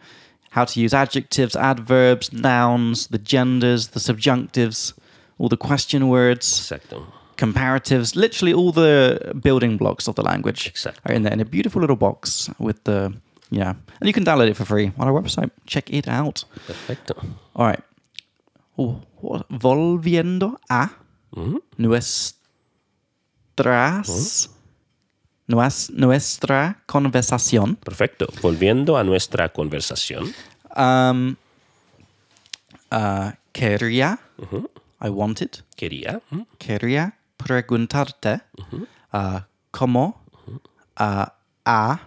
[SPEAKER 1] how to use adjectives, adverbs, nouns, the genders, the subjunctives, all the question words.
[SPEAKER 2] Exacto.
[SPEAKER 1] comparatives, literally all the building blocks of the language
[SPEAKER 2] Exacto.
[SPEAKER 1] are in there in a beautiful little box with the yeah. And you can download it for free on our website. Check it out.
[SPEAKER 2] Perfecto.
[SPEAKER 1] All right. Ooh, what- Volviendo a nuestras nues- nuestra conversación.
[SPEAKER 2] Perfecto. Volviendo a nuestra conversación.
[SPEAKER 1] Um, uh, quería, I wanted,
[SPEAKER 2] Quería. ¿hmm?
[SPEAKER 1] quería preguntarte uh, cómo uh, ha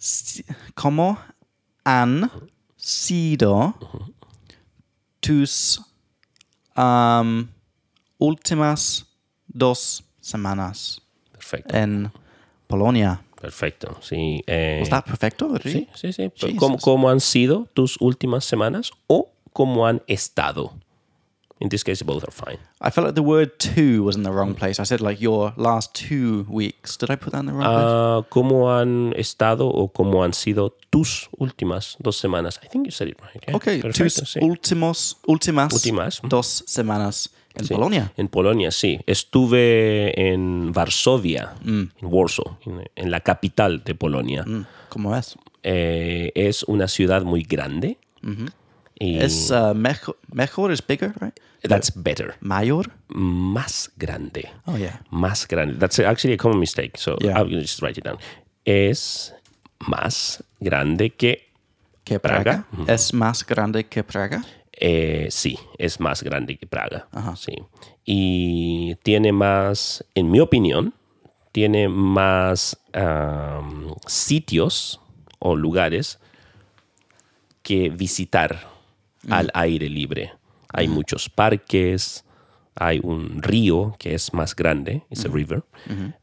[SPEAKER 1] si- cómo han sido tus um, últimas dos semanas
[SPEAKER 2] Perfecto.
[SPEAKER 1] en Polonia.
[SPEAKER 2] Perfecto. Sí.
[SPEAKER 1] Eh.
[SPEAKER 2] eh,
[SPEAKER 1] ¿Está perfecto? Rodri?
[SPEAKER 2] Sí, sí, sí. Pero
[SPEAKER 1] Jesus.
[SPEAKER 2] ¿Cómo, cómo han sido tus últimas semanas o cómo han estado? In this case, both are fine.
[SPEAKER 1] I felt like the word two was in the wrong place. I said like your last two weeks. Did I put that in the wrong place?
[SPEAKER 2] Ah, ¿Cómo han estado o cómo han sido tus últimas dos semanas? I think you said it right. yeah.
[SPEAKER 1] Okay,
[SPEAKER 2] Perfecto,
[SPEAKER 1] tus
[SPEAKER 2] sí.
[SPEAKER 1] últimos, últimas,
[SPEAKER 2] Últimas.
[SPEAKER 1] dos semanas en
[SPEAKER 2] Sí.
[SPEAKER 1] Polonia.
[SPEAKER 2] En Polonia, sí. Estuve en Varsovia, en Warsaw, en, en la capital de Polonia.
[SPEAKER 1] Mm, ¿Cómo es?
[SPEAKER 2] Eh, es una ciudad muy grande. y
[SPEAKER 1] Es uh, mejor, mejor is bigger, right?
[SPEAKER 2] that's better.
[SPEAKER 1] Mayor.
[SPEAKER 2] Más grande.
[SPEAKER 1] Oh yeah.
[SPEAKER 2] Más grande. That's actually a common mistake. So
[SPEAKER 1] Yeah.
[SPEAKER 2] I'm gonna just write it down. Es más grande que.
[SPEAKER 1] Que Praga.
[SPEAKER 2] Praga.
[SPEAKER 1] Es más grande que Praga.
[SPEAKER 2] eh, sí, es más grande que Praga. Sí. Y tiene más, en mi opinión, tiene más am, sitios o lugares que visitar al aire libre. Hay muchos parques, hay un río que es más grande, es a river.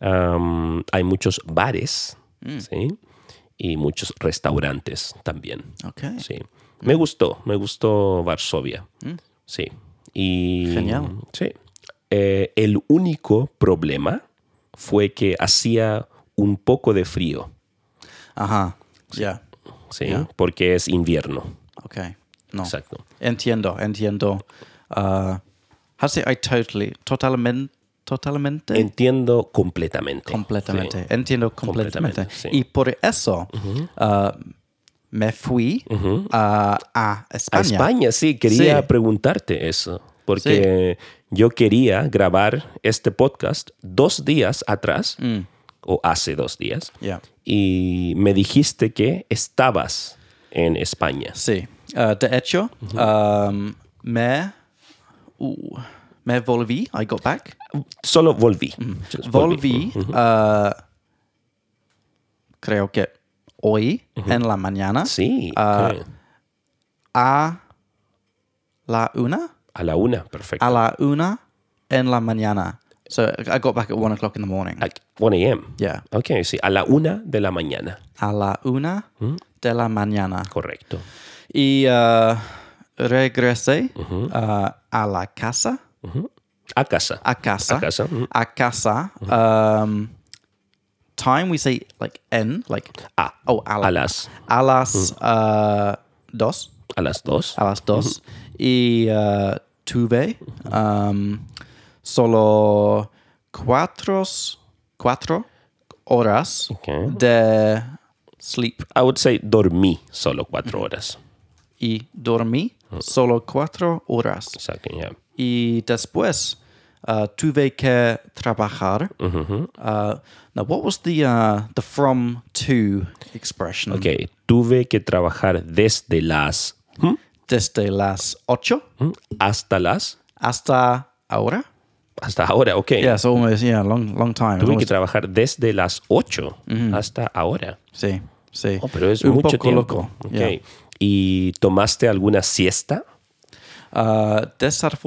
[SPEAKER 2] Um, hay muchos bares, ¿sí? Y muchos restaurantes también.
[SPEAKER 1] Okay.
[SPEAKER 2] Sí. Me gustó, me gustó Varsovia. Sí. Y,
[SPEAKER 1] Mm. Genial.
[SPEAKER 2] Sí. Eh, el único problema fue que hacía un poco de frío,
[SPEAKER 1] Ajá. Yeah.
[SPEAKER 2] ¿sí?
[SPEAKER 1] Ya. Oh.
[SPEAKER 2] Porque es invierno.
[SPEAKER 1] Okay. No.
[SPEAKER 2] Exacto.
[SPEAKER 1] Entiendo. Entiendo. Uh, how to say I totally, totalmente, totalmente.
[SPEAKER 2] Entiendo completamente.
[SPEAKER 1] Completamente.
[SPEAKER 2] Sí.
[SPEAKER 1] Entiendo completamente.
[SPEAKER 2] Completamente, sí.
[SPEAKER 1] Y por eso ah, me fui ah, a
[SPEAKER 2] A
[SPEAKER 1] España.
[SPEAKER 2] España, sí, quería
[SPEAKER 1] Sí.
[SPEAKER 2] preguntarte eso. Porque yo quería grabar este podcast dos días atrás,
[SPEAKER 1] Mm.
[SPEAKER 2] o hace dos días,
[SPEAKER 1] Yeah.
[SPEAKER 2] y me dijiste que estabas en España.
[SPEAKER 1] Sí. Ah, de hecho, am, me, uh, me volví. I got back.
[SPEAKER 2] Solo volví. Just
[SPEAKER 1] Mm. Volví. ah, creo que hoy en la mañana
[SPEAKER 2] Sí,
[SPEAKER 1] ah,
[SPEAKER 2] claro.
[SPEAKER 1] a la una.
[SPEAKER 2] a la una, perfecto.
[SPEAKER 1] A la una en la mañana. So I got back at one o'clock in the morning.
[SPEAKER 2] Like 1 a.m.
[SPEAKER 1] Yeah.
[SPEAKER 2] Ok, sí, a la una de la mañana.
[SPEAKER 1] a la una de la mañana.
[SPEAKER 2] Correcto.
[SPEAKER 1] Y eh, regresé eh, a la casa,
[SPEAKER 2] A casa.
[SPEAKER 1] a casa,
[SPEAKER 2] A casa, mm, ujú.
[SPEAKER 1] a Mm-hmm. casa, um, time we say like en, like
[SPEAKER 2] A.
[SPEAKER 1] oh a, la-
[SPEAKER 2] A las,
[SPEAKER 1] a las eh, dos,
[SPEAKER 2] a las dos.
[SPEAKER 1] a las dos. Y eh, tuve um, solo cuatro, cuatro horas
[SPEAKER 2] Ok.
[SPEAKER 1] de sleep.
[SPEAKER 2] I would say dormí solo
[SPEAKER 1] Mm.
[SPEAKER 2] cuatro horas.
[SPEAKER 1] y dormí solo cuatro horas.
[SPEAKER 2] Exacto, ya.
[SPEAKER 1] Y después uh, tuve que trabajar. Uh, now, what was the uh, the from to expression?
[SPEAKER 2] Ok, tuve que trabajar desde las ¿hmm?
[SPEAKER 1] Desde las ocho
[SPEAKER 2] ¿hmm? hasta las
[SPEAKER 1] hasta ahora.
[SPEAKER 2] hasta ahora, ok.
[SPEAKER 1] Yeah, it's almost yeah, long long time.
[SPEAKER 2] Tuve que
[SPEAKER 1] Almost-
[SPEAKER 2] trabajar desde las 8 hasta ahora.
[SPEAKER 1] sí, sí.
[SPEAKER 2] Oh, pero es
[SPEAKER 1] Un poco
[SPEAKER 2] mucho tiempo.
[SPEAKER 1] loco.
[SPEAKER 2] Ok.
[SPEAKER 1] yeah.
[SPEAKER 2] ¿Y tomaste alguna siesta?
[SPEAKER 1] Uh,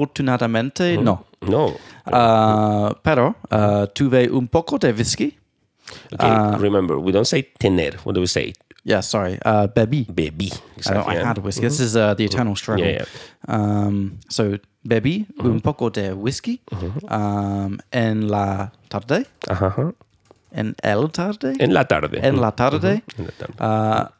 [SPEAKER 1] desafortunadamente no.
[SPEAKER 2] No.
[SPEAKER 1] Uh, pero uh, tuve un poco de whisky.
[SPEAKER 2] Okay, remember, we don't say tener. What do we say?
[SPEAKER 1] Yeah, sorry, uh, bebí.
[SPEAKER 2] Bebí.
[SPEAKER 1] I, don't, I
[SPEAKER 2] Exactly.
[SPEAKER 1] had whiskey. This is uh, the eternal struggle.
[SPEAKER 2] Mm-hmm. Yeah, Mm-hmm. yeah.
[SPEAKER 1] Um, so, bebí un poco de whisky
[SPEAKER 2] Mm-hmm.
[SPEAKER 1] um, en la tarde,
[SPEAKER 2] Ajá, ajá.
[SPEAKER 1] en el tarde,
[SPEAKER 2] En Mm-hmm. Ah, la tarde.
[SPEAKER 1] en la tarde,
[SPEAKER 2] En la tarde.
[SPEAKER 1] uh,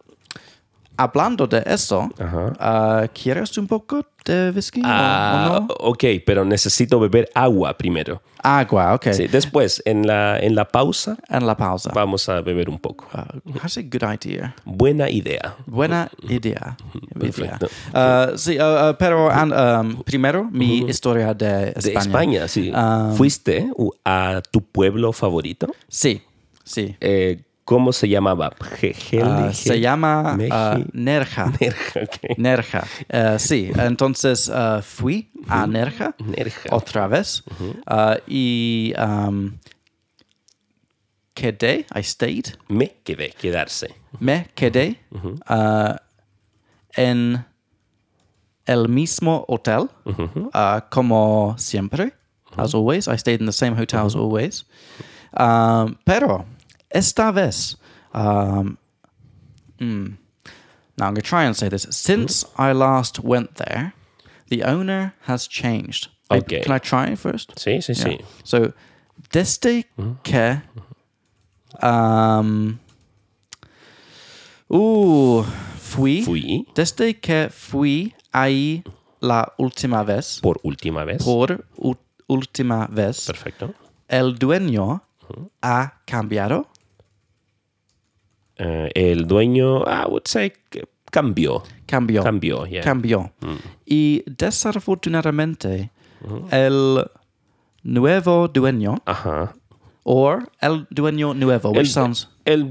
[SPEAKER 1] hablando de eso,
[SPEAKER 2] Ajá.
[SPEAKER 1] ah, ¿quieres un poco de whisky o- o,
[SPEAKER 2] Ah,
[SPEAKER 1] no?
[SPEAKER 2] ok, pero necesito beber agua primero.
[SPEAKER 1] Agua, ok.
[SPEAKER 2] Ah. Sí, después, en la, en la pausa,
[SPEAKER 1] En la pausa.
[SPEAKER 2] vamos a beber un poco.
[SPEAKER 1] Ah, that's a good idea.
[SPEAKER 2] Buena idea.
[SPEAKER 1] Buena idea. idea.
[SPEAKER 2] Mm-hmm. Perfecto.
[SPEAKER 1] Ah, sí, ah, ah, pero and, um, primero mi historia de
[SPEAKER 2] Mm-hmm. De
[SPEAKER 1] España.
[SPEAKER 2] España, sí.
[SPEAKER 1] Ah,
[SPEAKER 2] ¿Fuiste u- a tu pueblo favorito?
[SPEAKER 1] sí, sí.
[SPEAKER 2] Eh, ¿Cómo se llamaba? Je- Gel-
[SPEAKER 1] Ah,
[SPEAKER 2] Gel-
[SPEAKER 1] se llama ah,
[SPEAKER 2] Meji-
[SPEAKER 1] Nerja.
[SPEAKER 2] Nerja, ok.
[SPEAKER 1] Nerja. Eh, sí, entonces ah, fui a Nerja
[SPEAKER 2] Nerja.
[SPEAKER 1] otra vez ah, y um, quedé, I stayed,
[SPEAKER 2] Me quedé, quedarse.
[SPEAKER 1] me quedé ah, en el mismo hotel ah, como siempre, as always. I stayed in the same hotel as always. Um, pero esta vez, um, mm, now I'm going to try and say this. Since I last went there, the owner has changed. I-
[SPEAKER 2] Okay.
[SPEAKER 1] can I try it first?
[SPEAKER 2] Sí, sí, sí.
[SPEAKER 1] Yeah. Mm-hmm. So, desde que. Mm-hmm. Um, uh, fui,
[SPEAKER 2] Fui
[SPEAKER 1] Desde que fui ahí la última vez,
[SPEAKER 2] por última vez.
[SPEAKER 1] por u- última vez,
[SPEAKER 2] Perfecto.
[SPEAKER 1] el dueño ha cambiado.
[SPEAKER 2] Eh, el dueño, I would say, que cambió.
[SPEAKER 1] Cambió.
[SPEAKER 2] Cambió, yeah.
[SPEAKER 1] Cambió. Y desafortunadamente, Mm-hmm. el nuevo dueño,
[SPEAKER 2] Ajá.
[SPEAKER 1] or Ah. el dueño nuevo, which
[SPEAKER 2] el,
[SPEAKER 1] sounds.
[SPEAKER 2] el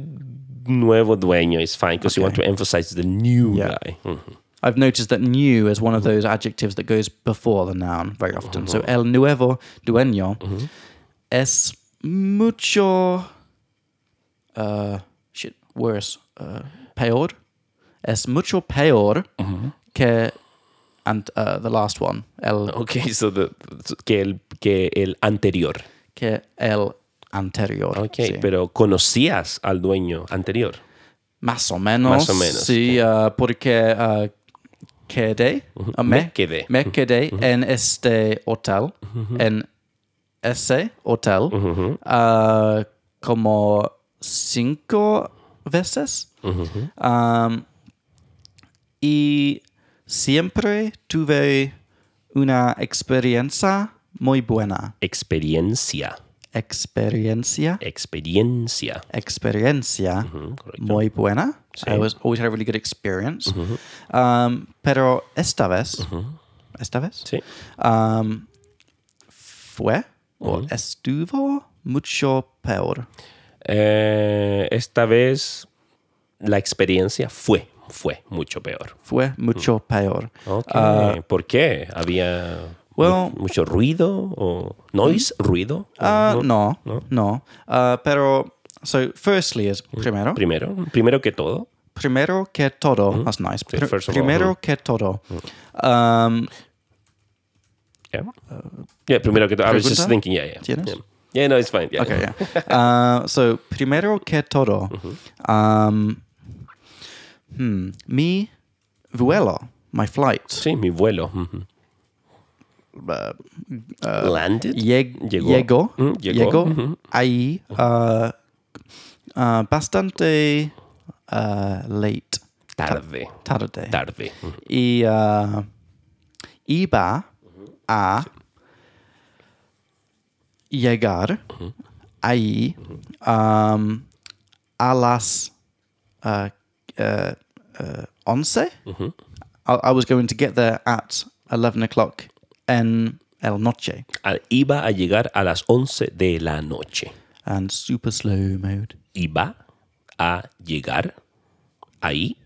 [SPEAKER 2] nuevo dueño is fine because you want to emphasize the new
[SPEAKER 1] Yeah.
[SPEAKER 2] guy. Mhm.
[SPEAKER 1] I've noticed that new is one of
[SPEAKER 2] Mm-hmm.
[SPEAKER 1] those adjectives that goes before the noun very often. So el nuevo dueño
[SPEAKER 2] Mm-hmm.
[SPEAKER 1] es mucho uh, shit worse uh, peor es mucho peor
[SPEAKER 2] Mm-hmm.
[SPEAKER 1] que and uh, the last one el
[SPEAKER 2] Okay, so the, que, el, que el anterior.
[SPEAKER 1] que el anterior.
[SPEAKER 2] Ok,
[SPEAKER 1] sí.
[SPEAKER 2] pero conocías al dueño anterior.
[SPEAKER 1] Más o menos.
[SPEAKER 2] Más o menos,
[SPEAKER 1] Sí, uh, porque uh, quedé. uh, me,
[SPEAKER 2] Mm-hmm. Me quedé.
[SPEAKER 1] Me quedé en este hotel. En ese hotel. uh, como cinco veces. Um, y siempre tuve una experiencia muy buena.
[SPEAKER 2] Experiencia.
[SPEAKER 1] Experiencia.
[SPEAKER 2] Experiencia.
[SPEAKER 1] Experiencia.
[SPEAKER 2] Mhm.
[SPEAKER 1] muy buena. I was always had a really good experience. Um, pero esta vez, esta vez,
[SPEAKER 2] Sí.
[SPEAKER 1] um, fue o
[SPEAKER 2] Mhm.
[SPEAKER 1] estuvo mucho peor.
[SPEAKER 2] Eh, esta vez la experiencia fue, fue mucho peor.
[SPEAKER 1] Fue mucho peor.
[SPEAKER 2] Ok. ¿Por qué? ¿Había mu-
[SPEAKER 1] Well-
[SPEAKER 2] mucho ruido? o ¿Noise? ¿Ruido?
[SPEAKER 1] Ah, no, no. Ah, pero, so, firstly is
[SPEAKER 2] Mm.
[SPEAKER 1] primero.
[SPEAKER 2] Primero, primero que todo,
[SPEAKER 1] primero que todo, that's nice. Pri-
[SPEAKER 2] Mm. first of all, mm.
[SPEAKER 1] primero que todo. Um,
[SPEAKER 2] Yeah. yeah, primero que todo. I was just
[SPEAKER 1] pregunta?
[SPEAKER 2] thinking, yeah, yeah.
[SPEAKER 1] ¿Tienes?
[SPEAKER 2] Yeah, Yeah, no, it's fine. Yeah,
[SPEAKER 1] Okay, yeah. Uh, so, primero que todo,
[SPEAKER 2] Mm-hmm.
[SPEAKER 1] um, hmm, mi vuelo, my flight,
[SPEAKER 2] Sí, mi vuelo. ujú. Landed.
[SPEAKER 1] lleg-
[SPEAKER 2] Llegó.
[SPEAKER 1] llegó,
[SPEAKER 2] Mm, llegó, ujú.
[SPEAKER 1] ahí uh, uh, bastante uh, late,
[SPEAKER 2] tarde.
[SPEAKER 1] tarde.
[SPEAKER 2] Tarde. Ujú.
[SPEAKER 1] y uh, iba a llegar ahí um, a las uh, uh, uh, 11. I, I was going to get there at 11 o'clock en el noche
[SPEAKER 2] Al- Ah, Iba a llegar a las 11 de la noche.
[SPEAKER 1] and super slow mode.
[SPEAKER 2] Iba a llegar ahí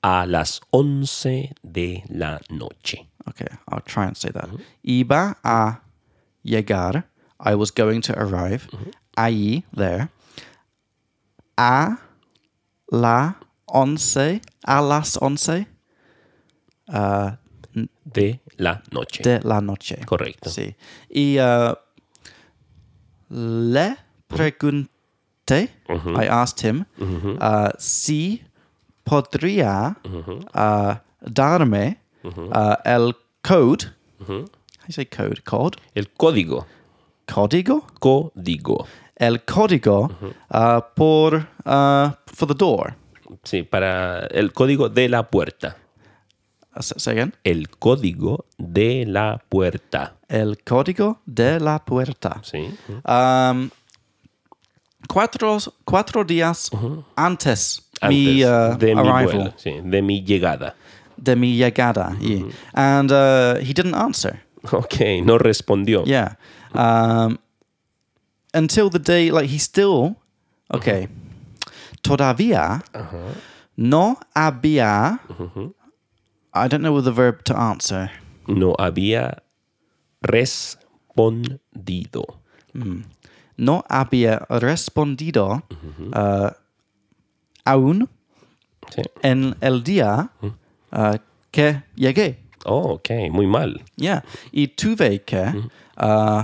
[SPEAKER 2] a las 11 de la noche.
[SPEAKER 1] Okay, I'll try and say that. Iba a llegar. I was going to arrive. Ahí, there. A la once. A las once
[SPEAKER 2] De la noche.
[SPEAKER 1] de la noche.
[SPEAKER 2] Correcto.
[SPEAKER 1] Sí. Y uh, le pregunté, I asked him, uh, si podría uh, darme uh, el code. How do you say code? Code?
[SPEAKER 2] El código.
[SPEAKER 1] Código?
[SPEAKER 2] Código. Uh-huh.
[SPEAKER 1] El código uh, por, uh, for the door.
[SPEAKER 2] Sí, para el código de la puerta.
[SPEAKER 1] Uh, s- Say again.
[SPEAKER 2] El código de la puerta.
[SPEAKER 1] El código de la puerta.
[SPEAKER 2] Sí.
[SPEAKER 1] Um, cuatro, cuatro días antes, mi, uh,
[SPEAKER 2] Uh-huh. Antes de mi
[SPEAKER 1] arrival,
[SPEAKER 2] vuelo, Uh-huh. sí, de mi llegada.
[SPEAKER 1] de mi llegada. yeah. And uh, he didn't answer.
[SPEAKER 2] Ok, no respondió.
[SPEAKER 1] Yeah. Um, until the day, like, he still. Okay. Todavía no había. I don't know the verb to answer.
[SPEAKER 2] No había respondido.
[SPEAKER 1] No había respondido uh, aún
[SPEAKER 2] Sí.
[SPEAKER 1] en el día uh, que llegué.
[SPEAKER 2] Oh, ok, muy mal.
[SPEAKER 1] Yeah. Y tuve que. Uh,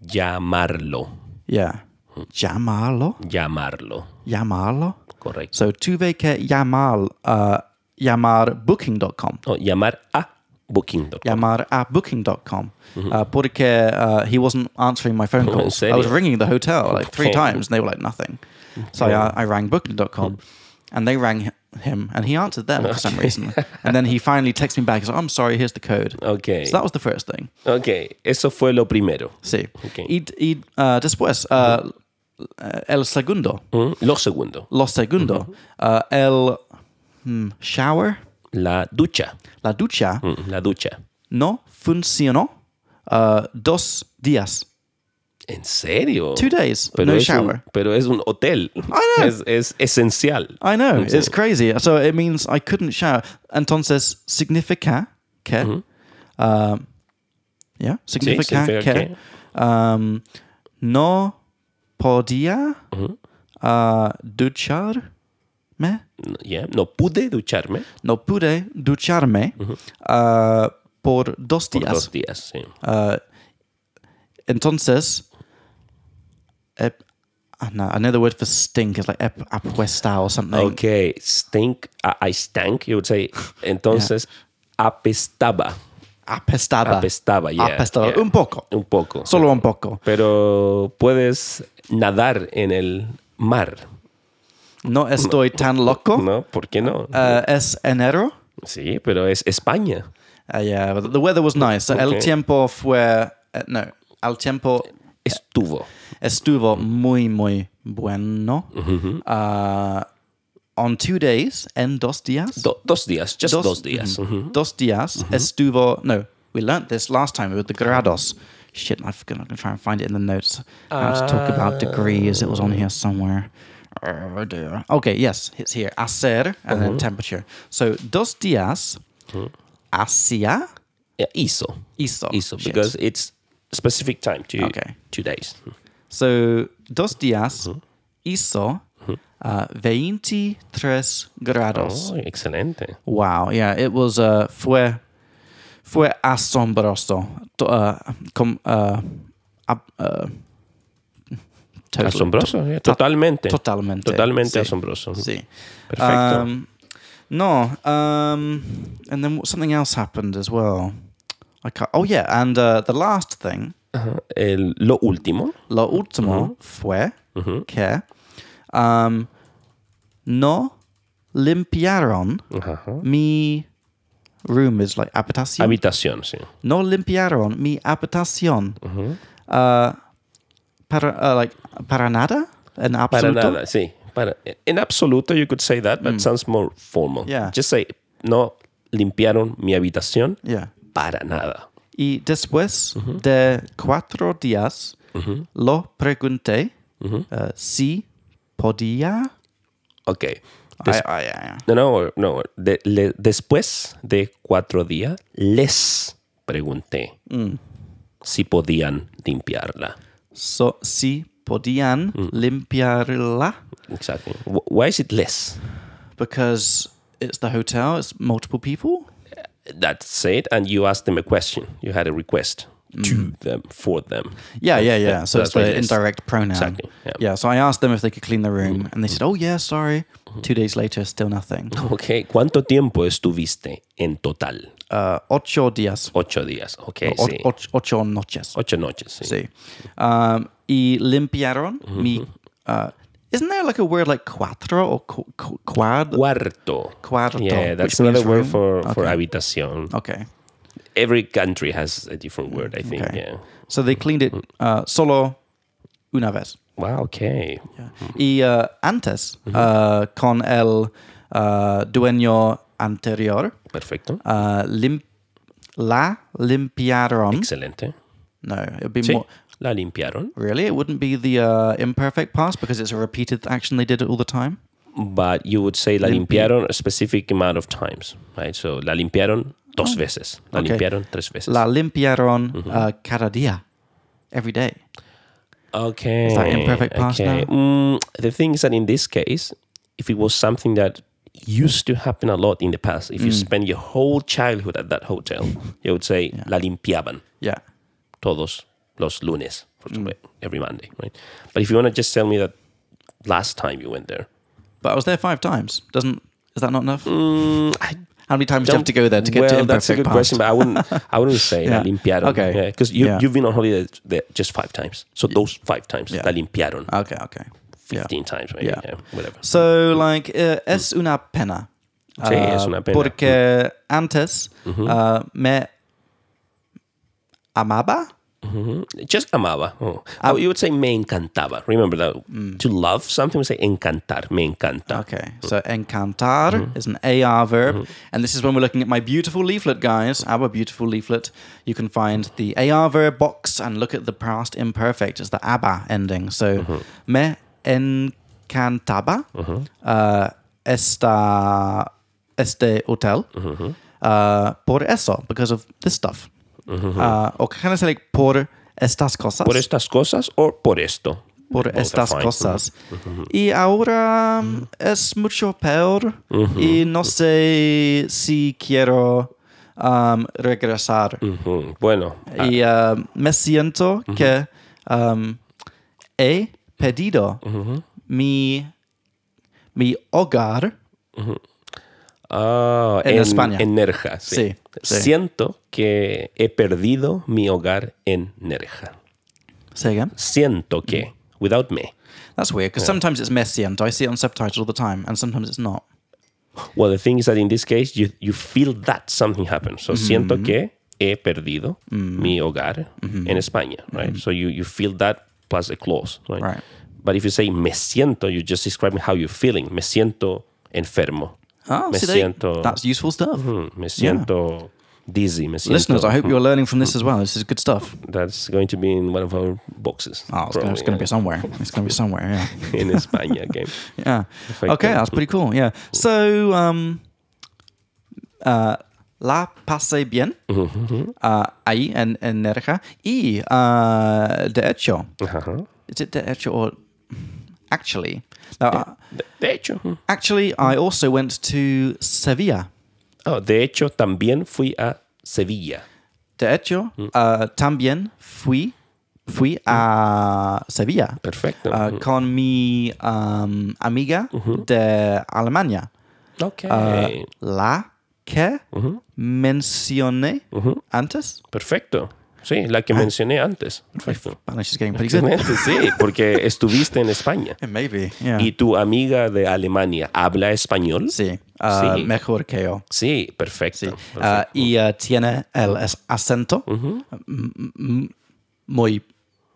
[SPEAKER 2] Llamarlo.
[SPEAKER 1] yeah. Llamarlo.
[SPEAKER 2] Llamarlo.
[SPEAKER 1] Llamarlo.
[SPEAKER 2] Correcto.
[SPEAKER 1] So tuve que llamar, uh, llamar booking.com.
[SPEAKER 2] No, llamar a Booking.com.
[SPEAKER 1] Llamar a booking.com.
[SPEAKER 2] Mm-hmm.
[SPEAKER 1] Uh, porque uh, he wasn't answering my
[SPEAKER 2] Oh,
[SPEAKER 1] phone calls. I was
[SPEAKER 2] serio?
[SPEAKER 1] ringing the hotel like three
[SPEAKER 2] Okay.
[SPEAKER 1] times and they were like nothing.
[SPEAKER 2] Mm-hmm.
[SPEAKER 1] So I, I rang booking.com and they rang him and he answered them for some reason. and then he finally texted me back. He's like, I'm sorry, here's the code.
[SPEAKER 2] Ok.
[SPEAKER 1] So that was the first thing.
[SPEAKER 2] Ok, eso fue lo primero.
[SPEAKER 1] Sí.
[SPEAKER 2] Okay. Mm-hmm.
[SPEAKER 1] Y, y uh, después, uh, el segundo,
[SPEAKER 2] Mm, Lo segundo,
[SPEAKER 1] lo
[SPEAKER 2] Mm-hmm.
[SPEAKER 1] segundo, uh, el hmm, shower,
[SPEAKER 2] la ducha.
[SPEAKER 1] la ducha,
[SPEAKER 2] Mm, La ducha.
[SPEAKER 1] no funcionó uh, dos días.
[SPEAKER 2] ¿En serio?
[SPEAKER 1] Two days,
[SPEAKER 2] Pero
[SPEAKER 1] no
[SPEAKER 2] es un-
[SPEAKER 1] shower. Oh,
[SPEAKER 2] pero es un hotel.
[SPEAKER 1] know.
[SPEAKER 2] Es, es esencial.
[SPEAKER 1] I know,
[SPEAKER 2] Sí.
[SPEAKER 1] it's crazy. So it means I couldn't shower. Entonces, significa que,
[SPEAKER 2] Mm-hmm.
[SPEAKER 1] um, yeah, significa,
[SPEAKER 2] significa
[SPEAKER 1] que, um, no podía
[SPEAKER 2] Mm-hmm.
[SPEAKER 1] uh, ducharme.
[SPEAKER 2] No, yeah, no pude ducharme
[SPEAKER 1] No pude ducharme uh, por dos
[SPEAKER 2] Mm-hmm. por
[SPEAKER 1] días.
[SPEAKER 2] dos días. sí.
[SPEAKER 1] Uh, entonces, ep- ah, no, I know the word for stink is like ep, apuesta or something.
[SPEAKER 2] Ok, stink. I, I stank, you would say. Entonces, apestaba.
[SPEAKER 1] Apestaba.
[SPEAKER 2] Apestaba, yeah.
[SPEAKER 1] Ah, Apestaba.
[SPEAKER 2] yeah.
[SPEAKER 1] Un poco.
[SPEAKER 2] Un poco.
[SPEAKER 1] Solo un poco.
[SPEAKER 2] Pero puedes nadar en el mar,
[SPEAKER 1] No estoy tan loco.
[SPEAKER 2] ¿no? ¿Por qué no?
[SPEAKER 1] Uh, es enero.
[SPEAKER 2] sí, pero es España.
[SPEAKER 1] Uh, yeah, but the weather was nice. So El
[SPEAKER 2] Okay.
[SPEAKER 1] tiempo fue. eh, no, el tiempo
[SPEAKER 2] Estuvo.
[SPEAKER 1] estuvo muy, muy bueno.
[SPEAKER 2] Mm-hmm.
[SPEAKER 1] Uh, on two days, en dos días.
[SPEAKER 2] Do- dos días, just dos, Mm-hmm. días.
[SPEAKER 1] mhm, Dos días estuvo. No, we learnt this last time with the grados. Shit, I'm gonna, I'm gonna try and find it in the notes. I was talking
[SPEAKER 2] Uh,
[SPEAKER 1] about degrees. It was on here somewhere. Oh dear. Okay, yes, it's here. Hacer and
[SPEAKER 2] Mm-hmm.
[SPEAKER 1] then temperature. So dos dias hacia
[SPEAKER 2] Yeah, hizo.
[SPEAKER 1] hizo.
[SPEAKER 2] Hizo,
[SPEAKER 1] Oh, Shit.
[SPEAKER 2] because it's specific time, two,
[SPEAKER 1] Okay.
[SPEAKER 2] two days.
[SPEAKER 1] So dos dias
[SPEAKER 2] Mm-hmm.
[SPEAKER 1] hizo uh, 23 grados.
[SPEAKER 2] Oh, excelente.
[SPEAKER 1] Wow, yeah, it was uh, fue fue asombroso. To, uh, com, uh, ab- uh, totally-
[SPEAKER 2] Asombroso, yeah, totalmente.
[SPEAKER 1] totalmente.
[SPEAKER 2] Totalmente
[SPEAKER 1] sí,
[SPEAKER 2] asombroso.
[SPEAKER 1] Sí.
[SPEAKER 2] Perfecto.
[SPEAKER 1] Um, no, um, and then something else happened as well. I can't, oh yeah, and uh, the last thing,
[SPEAKER 2] Ajá. El- lo último,
[SPEAKER 1] lo último
[SPEAKER 2] Uh-huh.
[SPEAKER 1] fue que um, no limpiaron
[SPEAKER 2] Ajá.
[SPEAKER 1] mi room is like habitación.
[SPEAKER 2] habitación, sí.
[SPEAKER 1] no limpiaron mi habitación.
[SPEAKER 2] Mm-hmm.
[SPEAKER 1] Uh, para, uh, like, para nada? En
[SPEAKER 2] Para
[SPEAKER 1] absoluto? Mm.
[SPEAKER 2] nada, sí. Para, en absoluto, you could say that, but sounds more formal.
[SPEAKER 1] Yeah.
[SPEAKER 2] Just say, no limpiaron mi habitación
[SPEAKER 1] Yeah.
[SPEAKER 2] para nada.
[SPEAKER 1] Y después
[SPEAKER 2] Mm-hmm.
[SPEAKER 1] de cuatro días, lo pregunté
[SPEAKER 2] Mm-hmm.
[SPEAKER 1] uh, si podía. Ah,
[SPEAKER 2] Ok.
[SPEAKER 1] Ay,
[SPEAKER 2] Des-
[SPEAKER 1] ay, ay, ay.
[SPEAKER 2] no, no, no. De- le- después de cuatro días, les pregunté
[SPEAKER 1] Mm.
[SPEAKER 2] si podían limpiarla.
[SPEAKER 1] So, si podían
[SPEAKER 2] Mm.
[SPEAKER 1] limpiarla.
[SPEAKER 2] Exactly. Wh- Why is it less?
[SPEAKER 1] Because it's the hotel, it's multiple people.
[SPEAKER 2] That's it. And you asked them a question. You had a request to
[SPEAKER 1] Mm.
[SPEAKER 2] them, for them.
[SPEAKER 1] Yeah, yeah, yeah. So it's
[SPEAKER 2] that's what
[SPEAKER 1] the
[SPEAKER 2] it is.
[SPEAKER 1] indirect pronoun.
[SPEAKER 2] Exactly, yeah. Mm-hmm.
[SPEAKER 1] So I asked them if they could clean the room, and they said, "Oh yeah, sorry." Two days later, still nothing.
[SPEAKER 2] Ok. ¿Cuánto tiempo estuviste en total?
[SPEAKER 1] Uh, ocho días.
[SPEAKER 2] Ocho días. Ok,
[SPEAKER 1] O-
[SPEAKER 2] sí.
[SPEAKER 1] och- ocho noches.
[SPEAKER 2] Ocho noches, sí. Mm-hmm.
[SPEAKER 1] Sí. Um, y limpiaron mi. Uh, Isn't there like a word like cuatro or cu- cu- quad?
[SPEAKER 2] Cuarto.
[SPEAKER 1] Cuarto,
[SPEAKER 2] Yeah,
[SPEAKER 1] which means
[SPEAKER 2] that's another word
[SPEAKER 1] room.
[SPEAKER 2] for, for
[SPEAKER 1] Okay.
[SPEAKER 2] habitación.
[SPEAKER 1] Okay.
[SPEAKER 2] Every country has a different word, I think.
[SPEAKER 1] Okay.
[SPEAKER 2] Yeah. Mm-hmm.
[SPEAKER 1] So they cleaned it uh, solo una vez.
[SPEAKER 2] Wow, okay. Mm-hmm.
[SPEAKER 1] Y uh, antes, uh, con el uh, dueño anterior,
[SPEAKER 2] Perfecto.
[SPEAKER 1] uh, lim- la limpiaron.
[SPEAKER 2] Excelente.
[SPEAKER 1] no, it would be
[SPEAKER 2] Sí.
[SPEAKER 1] more.
[SPEAKER 2] La limpiaron.
[SPEAKER 1] Really? It wouldn't be the uh, imperfect past because it's a repeated action they did it all the time?
[SPEAKER 2] But you would say la
[SPEAKER 1] Limpi-
[SPEAKER 2] limpiaron a specific amount of times, right? So la limpiaron dos
[SPEAKER 1] Ah.
[SPEAKER 2] veces. La
[SPEAKER 1] okay.
[SPEAKER 2] limpiaron tres veces.
[SPEAKER 1] La limpiaron
[SPEAKER 2] Mm-hmm.
[SPEAKER 1] uh, cada dia. Every day.
[SPEAKER 2] Okay.
[SPEAKER 1] that imperfect past now?
[SPEAKER 2] okay. Mm, the thing is that in this case, if it was something that used to happen a lot in the past, if you
[SPEAKER 1] Mm.
[SPEAKER 2] spend your whole childhood at that hotel, you would say la limpiaban
[SPEAKER 1] Yeah.
[SPEAKER 2] todos los lunes, for
[SPEAKER 1] Mm.
[SPEAKER 2] example, every Monday, right? But if you want to just tell me that last time you went there,
[SPEAKER 1] But I was there five times. Doesn't is that not enough?
[SPEAKER 2] mm, I
[SPEAKER 1] How many times do you have
[SPEAKER 2] don't-
[SPEAKER 1] to go there to get
[SPEAKER 2] well,
[SPEAKER 1] to imperfect
[SPEAKER 2] that's a good
[SPEAKER 1] past?
[SPEAKER 2] question, but I wouldn't, I wouldn't say la
[SPEAKER 1] Yeah.
[SPEAKER 2] limpiaron.
[SPEAKER 1] Okay.
[SPEAKER 2] Because you,
[SPEAKER 1] Yeah.
[SPEAKER 2] you've been on holiday there just five times. So those five times,
[SPEAKER 1] Yeah.
[SPEAKER 2] la limpiaron
[SPEAKER 1] Okay, okay. Yeah.
[SPEAKER 2] 15 times, maybe.
[SPEAKER 1] Yeah.
[SPEAKER 2] Yeah. whatever.
[SPEAKER 1] So, like, uh, es una pena. Uh,
[SPEAKER 2] Sí, es una
[SPEAKER 1] Ah,
[SPEAKER 2] pena. Mm. Mm-hmm.
[SPEAKER 1] Porque antes uh, me amaba.
[SPEAKER 2] Just amaba. Oh.
[SPEAKER 1] Ah.
[SPEAKER 2] Oh, you would say me encantaba. Remember that.
[SPEAKER 1] Mm.
[SPEAKER 2] To love something, we say encantar. Me encanta.
[SPEAKER 1] Okay, so encantar is an AR verb. And this is when we're looking at my beautiful leaflet, guys. Our beautiful leaflet. You can find the AR verb box and look at the past imperfect. It's the aba ending. So, me encantaba uh, esta, este hotel. Uh, por eso, because of this stuff. Uh, or can I say like por estas cosas?
[SPEAKER 2] Por estas cosas o por esto.
[SPEAKER 1] por
[SPEAKER 2] Both are
[SPEAKER 1] estas
[SPEAKER 2] fine.
[SPEAKER 1] cosas. Y ahora mm, es mucho peor y no sé si quiero um, regresar.
[SPEAKER 2] Ujú. Bueno, ah,
[SPEAKER 1] Y um, me siento que um, he pedido mi, mi hogar.
[SPEAKER 2] ah,
[SPEAKER 1] en España.
[SPEAKER 2] En Nerja. Sí.
[SPEAKER 1] Sí, sí.
[SPEAKER 2] Siento que he perdido mi hogar en Nerja.
[SPEAKER 1] Say again.
[SPEAKER 2] Siento
[SPEAKER 1] Mm.
[SPEAKER 2] que, without me.
[SPEAKER 1] That's weird because sometimes it's me siento. I see it on subtitles all the time, and sometimes it's not.
[SPEAKER 2] Well, the thing is that in this case, you, you feel that something happened. So
[SPEAKER 1] Mm-hmm.
[SPEAKER 2] siento que he perdido mi hogar
[SPEAKER 1] Mm-hmm.
[SPEAKER 2] en España, right? So you, you feel that plus a clause, right?
[SPEAKER 1] Right.
[SPEAKER 2] But if you say me siento, you're just describing how you're feeling. Me siento enfermo.
[SPEAKER 1] Oh,
[SPEAKER 2] me
[SPEAKER 1] see, they-
[SPEAKER 2] siento,
[SPEAKER 1] that's useful stuff.
[SPEAKER 2] Mm, me siento dizzy. Me siento.
[SPEAKER 1] Listeners, I hope you're learning from this
[SPEAKER 2] Mm-hmm.
[SPEAKER 1] as well. This is good stuff.
[SPEAKER 2] That's going to be in one of our boxes.
[SPEAKER 1] Oh, it's gonna, it's
[SPEAKER 2] probably,
[SPEAKER 1] gonna be somewhere. It's gonna be somewhere. Yeah.
[SPEAKER 2] yeah. in España. Okay.
[SPEAKER 1] Yeah.
[SPEAKER 2] Perfecto.
[SPEAKER 1] Okay, that's pretty cool. Yeah. So, um, uh, la pasé bien uh, ahí en, en Nerja y uh, de hecho,
[SPEAKER 2] Ajá.
[SPEAKER 1] is it de hecho or actually? Now, uh,
[SPEAKER 2] De, de hecho, mm.
[SPEAKER 1] actually, I also went to Sevilla.
[SPEAKER 2] oh, de hecho también fui a Sevilla.
[SPEAKER 1] De hecho, uh, también fui fui a Sevilla.
[SPEAKER 2] Perfecto.
[SPEAKER 1] uh, con mi um, amiga de Alemania,
[SPEAKER 2] Okay.
[SPEAKER 1] uh, la que mencioné antes.
[SPEAKER 2] Perfecto. Sí, la que
[SPEAKER 1] Ah.
[SPEAKER 2] mencioné antes. Perfecto.
[SPEAKER 1] Spanish is getting pretty good.
[SPEAKER 2] Excelente, sí, porque estuviste en España.
[SPEAKER 1] Yeah, Eh, Maybe, yeah.
[SPEAKER 2] ¿Y tu amiga de Alemania habla español?
[SPEAKER 1] Ah. sí, uh,
[SPEAKER 2] Sí.
[SPEAKER 1] mejor que yo.
[SPEAKER 2] Sí, perfecto. Pues,
[SPEAKER 1] Uh, y uh, tiene el es- acento m- m- muy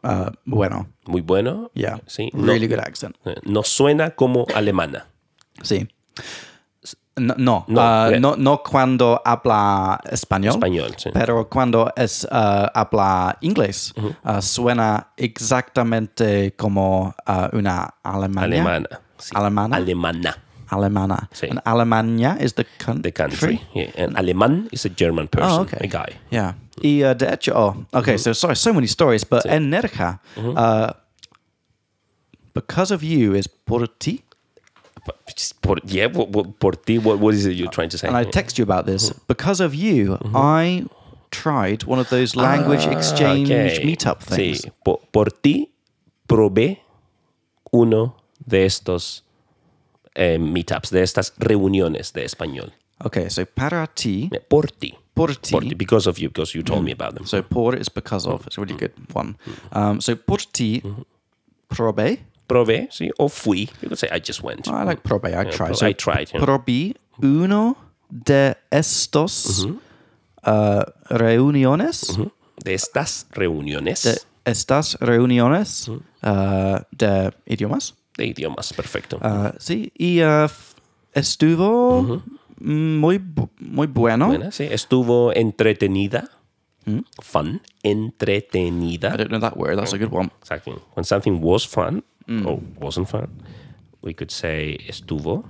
[SPEAKER 1] uh, bueno.
[SPEAKER 2] Muy bueno.
[SPEAKER 1] Yeah,
[SPEAKER 2] Sí. No, eh,
[SPEAKER 1] really good accent.
[SPEAKER 2] no suena como alemana.
[SPEAKER 1] Oh. Sí. No, no,
[SPEAKER 2] No,
[SPEAKER 1] uh,
[SPEAKER 2] yeah.
[SPEAKER 1] no, no cuando habla español.
[SPEAKER 2] Español, sí.
[SPEAKER 1] Pero cuando es uh, habla inglés, uh, suena exactamente como uh, una Alemania.
[SPEAKER 2] Alemana. sí.
[SPEAKER 1] Alemana?
[SPEAKER 2] Alemana.
[SPEAKER 1] Alemana.
[SPEAKER 2] Sí.
[SPEAKER 1] And Alemania is the country.
[SPEAKER 2] The country. Yeah. And alemán is a German person,
[SPEAKER 1] Oh, okay.
[SPEAKER 2] a guy. Mm-hmm.
[SPEAKER 1] Yeah. Y uh, de hecho, oh, okay, so sorry, so many stories, but en Nerja,
[SPEAKER 2] Mm-hmm.
[SPEAKER 1] uh, because of you is por ti.
[SPEAKER 2] But just Por, yeah, what, what- por ti, what, what is it you're trying to say?
[SPEAKER 1] and I text you about this
[SPEAKER 2] Mm-hmm.
[SPEAKER 1] because of you. I tried one of those language exchange
[SPEAKER 2] Ah, Okay.
[SPEAKER 1] meetup things.
[SPEAKER 2] Sí. Por, por ti probé uno de estos eh, meetups, de estas reuniones de español.
[SPEAKER 1] Okay, so para ti,
[SPEAKER 2] Yeah, Por ti.
[SPEAKER 1] por ti.
[SPEAKER 2] Por ti, because of you, because you told me
[SPEAKER 1] Mm.
[SPEAKER 2] about them.
[SPEAKER 1] So por is because of. It's a really good one. Um, so por ti, probe Oh,
[SPEAKER 2] probé, sí, o fui. You could say I just went.
[SPEAKER 1] I like probe. I tried.
[SPEAKER 2] prob-
[SPEAKER 1] so
[SPEAKER 2] Mm-hmm. I tried, yeah.
[SPEAKER 1] Probé uno de estos
[SPEAKER 2] Mm-hmm.
[SPEAKER 1] uh, reuniones,
[SPEAKER 2] Ujú. De estas reuniones
[SPEAKER 1] de
[SPEAKER 2] de,
[SPEAKER 1] estas reuniones
[SPEAKER 2] Mm-hmm.
[SPEAKER 1] uh, de idiomas.
[SPEAKER 2] idiomas, perfecto.
[SPEAKER 1] Uh, sí, y uh, f- estuvo muy, bu- muy bueno.
[SPEAKER 2] Mm-hmm. Buena, sí. Estuvo entretenida.
[SPEAKER 1] Mm.
[SPEAKER 2] Fun.
[SPEAKER 1] I
[SPEAKER 2] Entretenida.
[SPEAKER 1] don't know that word. That's a good one.
[SPEAKER 2] Exactly. When something was fun
[SPEAKER 1] Mm.
[SPEAKER 2] or wasn't fun, we could say estuvo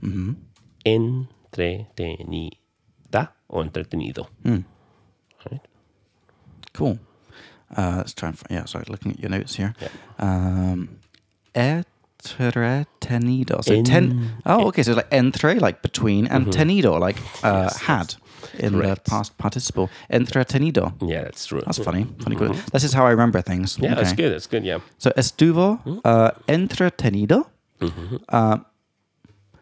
[SPEAKER 1] Mm-hmm.
[SPEAKER 2] entretenida o entretenido.
[SPEAKER 1] Mm. Cool. Uh, let's try and find, yeah, sorry, looking at your notes here. Um, entretenido. So ten, oh, okay. So like entre, like between, and
[SPEAKER 2] Mm-hmm.
[SPEAKER 1] tenido, like uh, had in
[SPEAKER 2] Correct.
[SPEAKER 1] the past participle. Entretenido.
[SPEAKER 2] Yeah, that's true.
[SPEAKER 1] That's funny. Funny. good. This is how I remember things.
[SPEAKER 2] Mm-hmm. yeah, that's
[SPEAKER 1] Okay.
[SPEAKER 2] good. Mm-hmm. That's good. Yeah.
[SPEAKER 1] So estuvo uh, entretenido.
[SPEAKER 2] Mm-hmm.
[SPEAKER 1] Uh,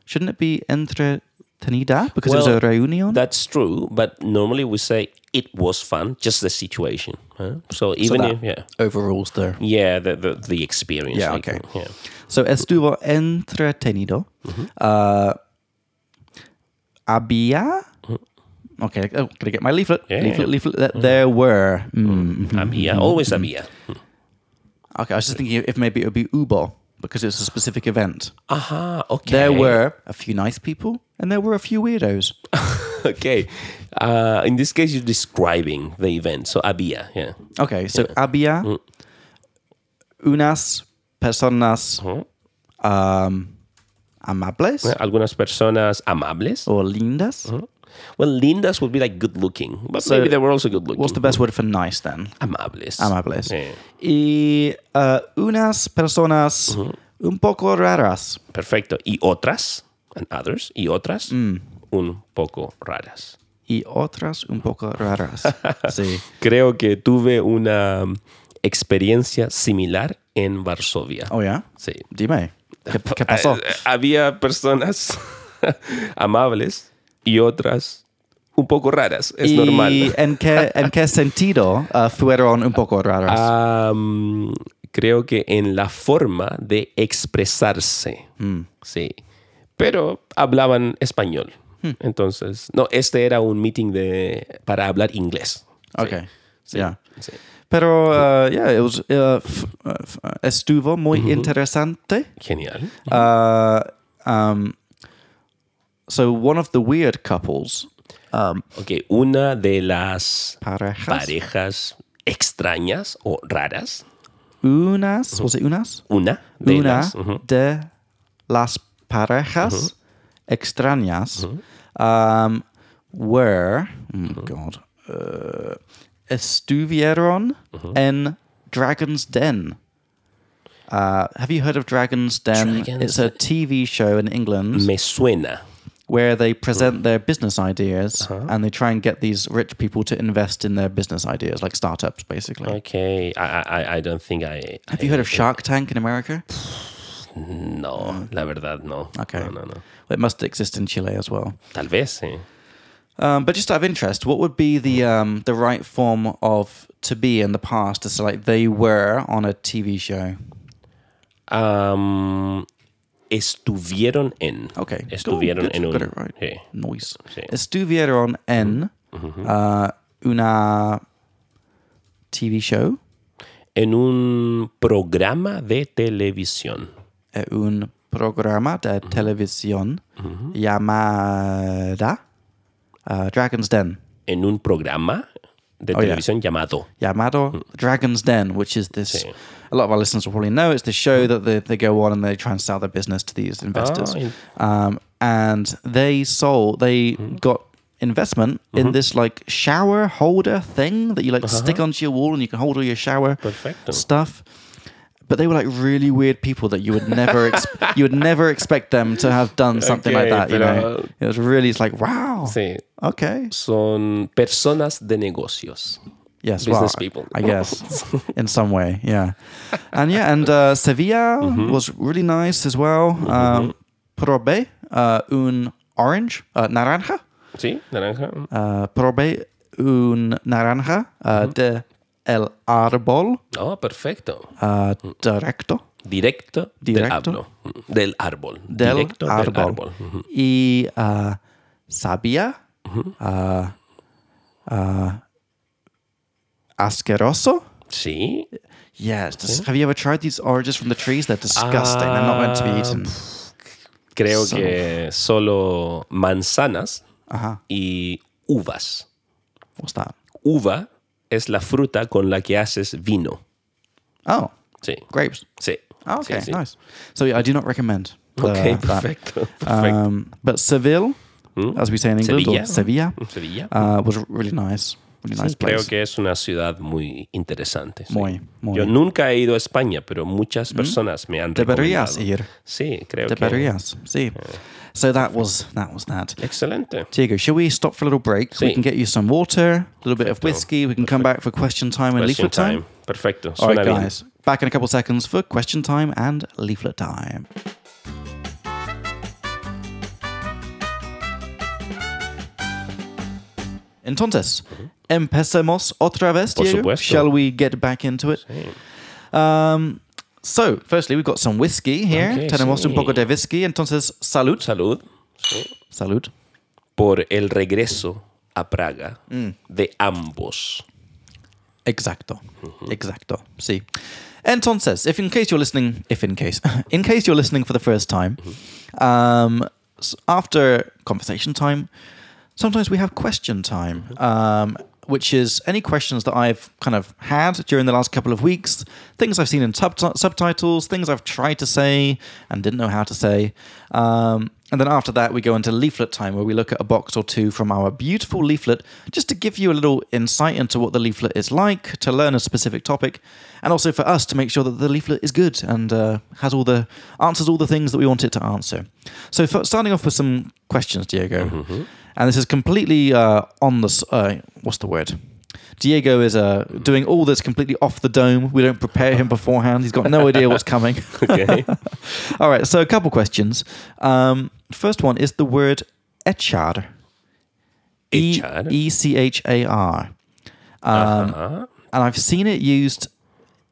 [SPEAKER 1] shouldn't it be entretenida because it
[SPEAKER 2] Well,
[SPEAKER 1] was a reunion?
[SPEAKER 2] That's true, but normally we say it was fun, just the situation. huh? So even
[SPEAKER 1] that-
[SPEAKER 2] if, yeah,
[SPEAKER 1] overrules the
[SPEAKER 2] yeah, the the, the experience.
[SPEAKER 1] Yeah,
[SPEAKER 2] like,
[SPEAKER 1] okay.
[SPEAKER 2] Yeah.
[SPEAKER 1] So estuvo entretenido. Uh, había. Okay, I'm gonna get my leaflet.
[SPEAKER 2] Mm-hmm. Yeah.
[SPEAKER 1] Leaflet, leaflet. That There were. Mm.
[SPEAKER 2] Había, always
[SPEAKER 1] Mm-hmm.
[SPEAKER 2] había.
[SPEAKER 1] Okay, I was just thinking if maybe it would be Ubo because it's a specific event.
[SPEAKER 2] Aha, okay.
[SPEAKER 1] There were a few nice people and there were a few weirdos.
[SPEAKER 2] okay. Uh, in this case, you're describing the event. So había, yeah. Mm.
[SPEAKER 1] Okay, so había unas personas
[SPEAKER 2] Mm-hmm.
[SPEAKER 1] um, amables
[SPEAKER 2] Eh, Algunas personas amables.
[SPEAKER 1] or lindas.
[SPEAKER 2] Mm-hmm. Well, lindas would be like good looking, but
[SPEAKER 1] So,
[SPEAKER 2] maybe they were also good looking.
[SPEAKER 1] What's the best word for nice then?
[SPEAKER 2] amables?
[SPEAKER 1] Amables.
[SPEAKER 2] Yeah.
[SPEAKER 1] Y uh, unas personas un poco raras.
[SPEAKER 2] Perfecto. Y otras, and others, y otras,
[SPEAKER 1] Mm.
[SPEAKER 2] un poco raras.
[SPEAKER 1] Y otras un poco raras. sí.
[SPEAKER 2] Creo que tuve una um, experiencia similar en Varsovia.
[SPEAKER 1] Oh, ya.
[SPEAKER 2] Sí.
[SPEAKER 1] Dime. ¿Qué, qué pasó?
[SPEAKER 2] Eh, eh, Había personas amables y otras un poco raras. Es
[SPEAKER 1] ¿Y
[SPEAKER 2] normal.
[SPEAKER 1] ¿en qué, en qué sentido uh, fueron un poco raras?
[SPEAKER 2] Ah, Am, creo que en la forma de expresarse.
[SPEAKER 1] Hmm,
[SPEAKER 2] Sí. Pero hablaban español.
[SPEAKER 1] Hmm.
[SPEAKER 2] Entonces, no, este era un meeting de, para hablar inglés. Sí,
[SPEAKER 1] ok.
[SPEAKER 2] sí,
[SPEAKER 1] Yeah.
[SPEAKER 2] sí.
[SPEAKER 1] Pero, uh, yeah, it was, uh, f- uh, f- uh, estuvo muy interesante.
[SPEAKER 2] Genial.
[SPEAKER 1] Uh, um, so, one of the weird couples, um,
[SPEAKER 2] Ok, una de las
[SPEAKER 1] parejas,
[SPEAKER 2] parejas extrañas o raras,
[SPEAKER 1] unas, was it unas?
[SPEAKER 2] una de
[SPEAKER 1] una
[SPEAKER 2] las, ujú,
[SPEAKER 1] de las parejas extrañas um, were, oh my God, uh, estuvieron en Dragon's Den. Uh, have you heard of Dragon's Den?
[SPEAKER 2] Dragon's
[SPEAKER 1] it's a TV show in England
[SPEAKER 2] me Mm. suena.
[SPEAKER 1] where they present their business ideas
[SPEAKER 2] Uh-huh.
[SPEAKER 1] and they try and get these rich people to invest in their business ideas, like startups, basically.
[SPEAKER 2] Ok, I, I, I don't think I...
[SPEAKER 1] have you heard of Shark Tank in America?
[SPEAKER 2] No, la verdad no.
[SPEAKER 1] Ah. Ok.
[SPEAKER 2] No, no, no.
[SPEAKER 1] It must exist in Chile as well.
[SPEAKER 2] Tal vez, sí.
[SPEAKER 1] Um, but just out of interest, what would be the um, the right form of to be in the past? It's like they were on a TV show.
[SPEAKER 2] Am, estuvieron en.
[SPEAKER 1] Okay,
[SPEAKER 2] Estuvieron
[SPEAKER 1] Good,
[SPEAKER 2] en un.
[SPEAKER 1] got it right.
[SPEAKER 2] Sí.
[SPEAKER 1] Noise.
[SPEAKER 2] Sí. Mm-hmm.
[SPEAKER 1] Estuvieron en uh, una TV show,
[SPEAKER 2] En un programa de televisión.
[SPEAKER 1] eh, un programa de
[SPEAKER 2] Mm-hmm.
[SPEAKER 1] televisión llamada uh, Dragon's Den.
[SPEAKER 2] En un programa de
[SPEAKER 1] Oh, yeah.
[SPEAKER 2] televisión llamado.
[SPEAKER 1] Yamado
[SPEAKER 2] Hmm.
[SPEAKER 1] Dragon's Den, which is this.
[SPEAKER 2] Sí.
[SPEAKER 1] A lot of our listeners will probably know it's the show that they, they go on and they try and sell their business to these investors.
[SPEAKER 2] Hmm. Ah, in-
[SPEAKER 1] Um, and they sold, they
[SPEAKER 2] Hmm.
[SPEAKER 1] got investment
[SPEAKER 2] Mm-hmm.
[SPEAKER 1] in this like shower holder thing that you like
[SPEAKER 2] Uh-huh.
[SPEAKER 1] stick onto your wall and you can hold all your shower
[SPEAKER 2] Perfecto.
[SPEAKER 1] stuff. But they were like really weird people that you would never ex- you would never expect them to have done something
[SPEAKER 2] Okay, uh,
[SPEAKER 1] like that. You know,
[SPEAKER 2] pero-
[SPEAKER 1] it was really it's like wow.
[SPEAKER 2] Sí.
[SPEAKER 1] Okay.
[SPEAKER 2] Son personas de negocios.
[SPEAKER 1] Yes,
[SPEAKER 2] business
[SPEAKER 1] well,
[SPEAKER 2] people.
[SPEAKER 1] I guess in some way, yeah, and yeah, and uh, Sevilla
[SPEAKER 2] Mm-hmm.
[SPEAKER 1] was really nice as well. Um, probé uh, un orange, uh, naranja.
[SPEAKER 2] Sí, naranja.
[SPEAKER 1] Uh, probé un
[SPEAKER 2] Mm-hmm.
[SPEAKER 1] naranja uh, de el árbol
[SPEAKER 2] Oh, perfecto.
[SPEAKER 1] uh, directo.
[SPEAKER 2] Directo, del,
[SPEAKER 1] Directo.
[SPEAKER 2] hablo, del árbol.
[SPEAKER 1] Del
[SPEAKER 2] Directo
[SPEAKER 1] árbol.
[SPEAKER 2] del árbol. mm-hmm. Ujú.
[SPEAKER 1] Y ah, sabia.
[SPEAKER 2] Mm-hmm.
[SPEAKER 1] ah, ah, asqueroso.
[SPEAKER 2] Sí.
[SPEAKER 1] Yes. Does- have you ever tried these oranges from the trees? They're disgusting. They're not meant to be
[SPEAKER 2] Ah,
[SPEAKER 1] eaten.
[SPEAKER 2] Creo
[SPEAKER 1] So-
[SPEAKER 2] que solo manzanas
[SPEAKER 1] Ajá.
[SPEAKER 2] y uvas.
[SPEAKER 1] What's that?
[SPEAKER 2] Uva es la fruta con la que haces vino.
[SPEAKER 1] Oh,
[SPEAKER 2] Sí.
[SPEAKER 1] grapes.
[SPEAKER 2] Sí.
[SPEAKER 1] Oh, okay,
[SPEAKER 2] Sí, sí.
[SPEAKER 1] nice. So yeah, I do not recommend. the-
[SPEAKER 2] Ok,
[SPEAKER 1] that.
[SPEAKER 2] perfecto. perfecto.
[SPEAKER 1] Um, but Seville, as we say in England,
[SPEAKER 2] Hmm? Sevilla.
[SPEAKER 1] or Sevilla,
[SPEAKER 2] Sevilla.
[SPEAKER 1] uh, was really nice. Really nice
[SPEAKER 2] Creo
[SPEAKER 1] place.
[SPEAKER 2] que es una ciudad muy interesante. sí.
[SPEAKER 1] Muy, muy.
[SPEAKER 2] Yo nunca he ido a España, pero muchas personas me han recomendado.
[SPEAKER 1] Deberías ir.
[SPEAKER 2] Sí, creo que.
[SPEAKER 1] Deberías. See. So that was that was that.
[SPEAKER 2] Excelente. Pues,
[SPEAKER 1] Diego, shall we stop for a little break?
[SPEAKER 2] Sí.
[SPEAKER 1] We can get you some water, a little bit of whiskey. We can come back for question time and
[SPEAKER 2] Question
[SPEAKER 1] leaflet time.
[SPEAKER 2] time. Perfecto.
[SPEAKER 1] All
[SPEAKER 2] Suena
[SPEAKER 1] right,
[SPEAKER 2] bien.
[SPEAKER 1] guys. Back in a couple seconds for question time and leaflet time. Entonces, empecemos otra vez,
[SPEAKER 2] Mm-hmm. Por
[SPEAKER 1] Diego.
[SPEAKER 2] supuesto.
[SPEAKER 1] Shall we get back into it? Um, so, firstly, we've got some whiskey here.
[SPEAKER 2] Okay,
[SPEAKER 1] Tenemos un
[SPEAKER 2] sí.
[SPEAKER 1] poco de whisky. Entonces, salud.
[SPEAKER 2] Salud. Sí.
[SPEAKER 1] Salud.
[SPEAKER 2] Por el regreso a Praga de ambos.
[SPEAKER 1] Exacto. Exacto. Sí. Entonces, if in case you're listening, if in case, in case you're listening for the first time, um, s- after conversation time, sometimes we have question time, um, which is any questions that I've kind of had during the last couple of weeks, things I've seen in subti- subtitles, things I've tried to say and didn't know how to say. Um, and then after that, we go into leaflet time where we look at a box or two from our beautiful leaflet just to give you a little insight into what the leaflet is like, to learn a specific topic, and also for us to make sure that the leaflet is good and uh, has all the answers all the things that we want it to answer. So, for, starting off with some questions, Diego, and this is completely uh, on the s- uh, what's the word? Diego is uh, doing all this completely off the dome. We don't prepare him beforehand. He's got no idea what's coming.
[SPEAKER 2] Ok.
[SPEAKER 1] All right, so a couple questions. Um, first one is the word echar. E-
[SPEAKER 2] Echar.
[SPEAKER 1] E C H A R. Um,
[SPEAKER 2] Ajá.
[SPEAKER 1] And I've seen it used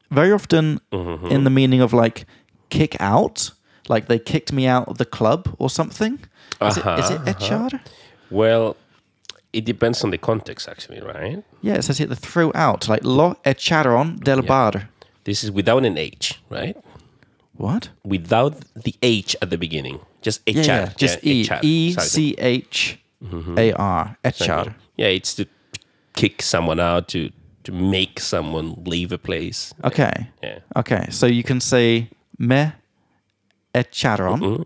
[SPEAKER 1] very often
[SPEAKER 2] Mm-hmm.
[SPEAKER 1] in the meaning of like kick out, like they kicked me out of the club or something. Is, it, is it
[SPEAKER 2] Uh-huh,
[SPEAKER 1] echar?
[SPEAKER 2] Well, it depends on the context, actually, right?
[SPEAKER 1] Yeah, it says here the throw out, like lo echaron del bar.
[SPEAKER 2] This is without an H, right?
[SPEAKER 1] What?
[SPEAKER 2] Without the H at the beginning. Just HR.
[SPEAKER 1] just
[SPEAKER 2] Yeah, Mm-hmm.
[SPEAKER 1] E E C H
[SPEAKER 2] echar. Exactly.
[SPEAKER 1] A R echar.
[SPEAKER 2] Yeah, it's to kick someone out, to to make someone leave a place.
[SPEAKER 1] Okay.
[SPEAKER 2] Yeah.
[SPEAKER 1] Okay, so you can say me echaron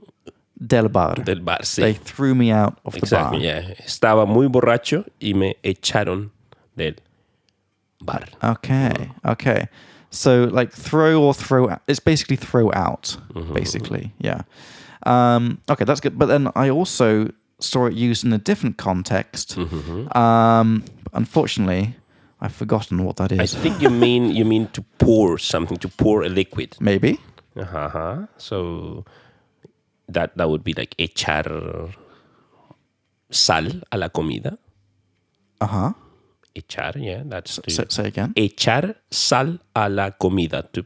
[SPEAKER 1] del bar.
[SPEAKER 2] Mm-hmm. Del bar, sí.
[SPEAKER 1] They threw me out of
[SPEAKER 2] Exactly,
[SPEAKER 1] the
[SPEAKER 2] yeah. Estaba muy borracho y me echaron del bar.
[SPEAKER 1] bar. Okay, okay. So like throw or throw out. It's basically throw out,
[SPEAKER 2] Mm-hmm,
[SPEAKER 1] basically. Yeah. Um, okay, that's good. But then I also saw it used in a different context.
[SPEAKER 2] Mm-hmm.
[SPEAKER 1] Um, unfortunately, I've forgotten what that
[SPEAKER 2] I
[SPEAKER 1] is.
[SPEAKER 2] think you mean you mean to pour something, to pour a liquid.
[SPEAKER 1] Maybe.
[SPEAKER 2] Uh-huh. So that that would be like echar sal a la comida.
[SPEAKER 1] Uh huh.
[SPEAKER 2] Echar, yeah, that's to,
[SPEAKER 1] So, say again.
[SPEAKER 2] echar sal a la comida to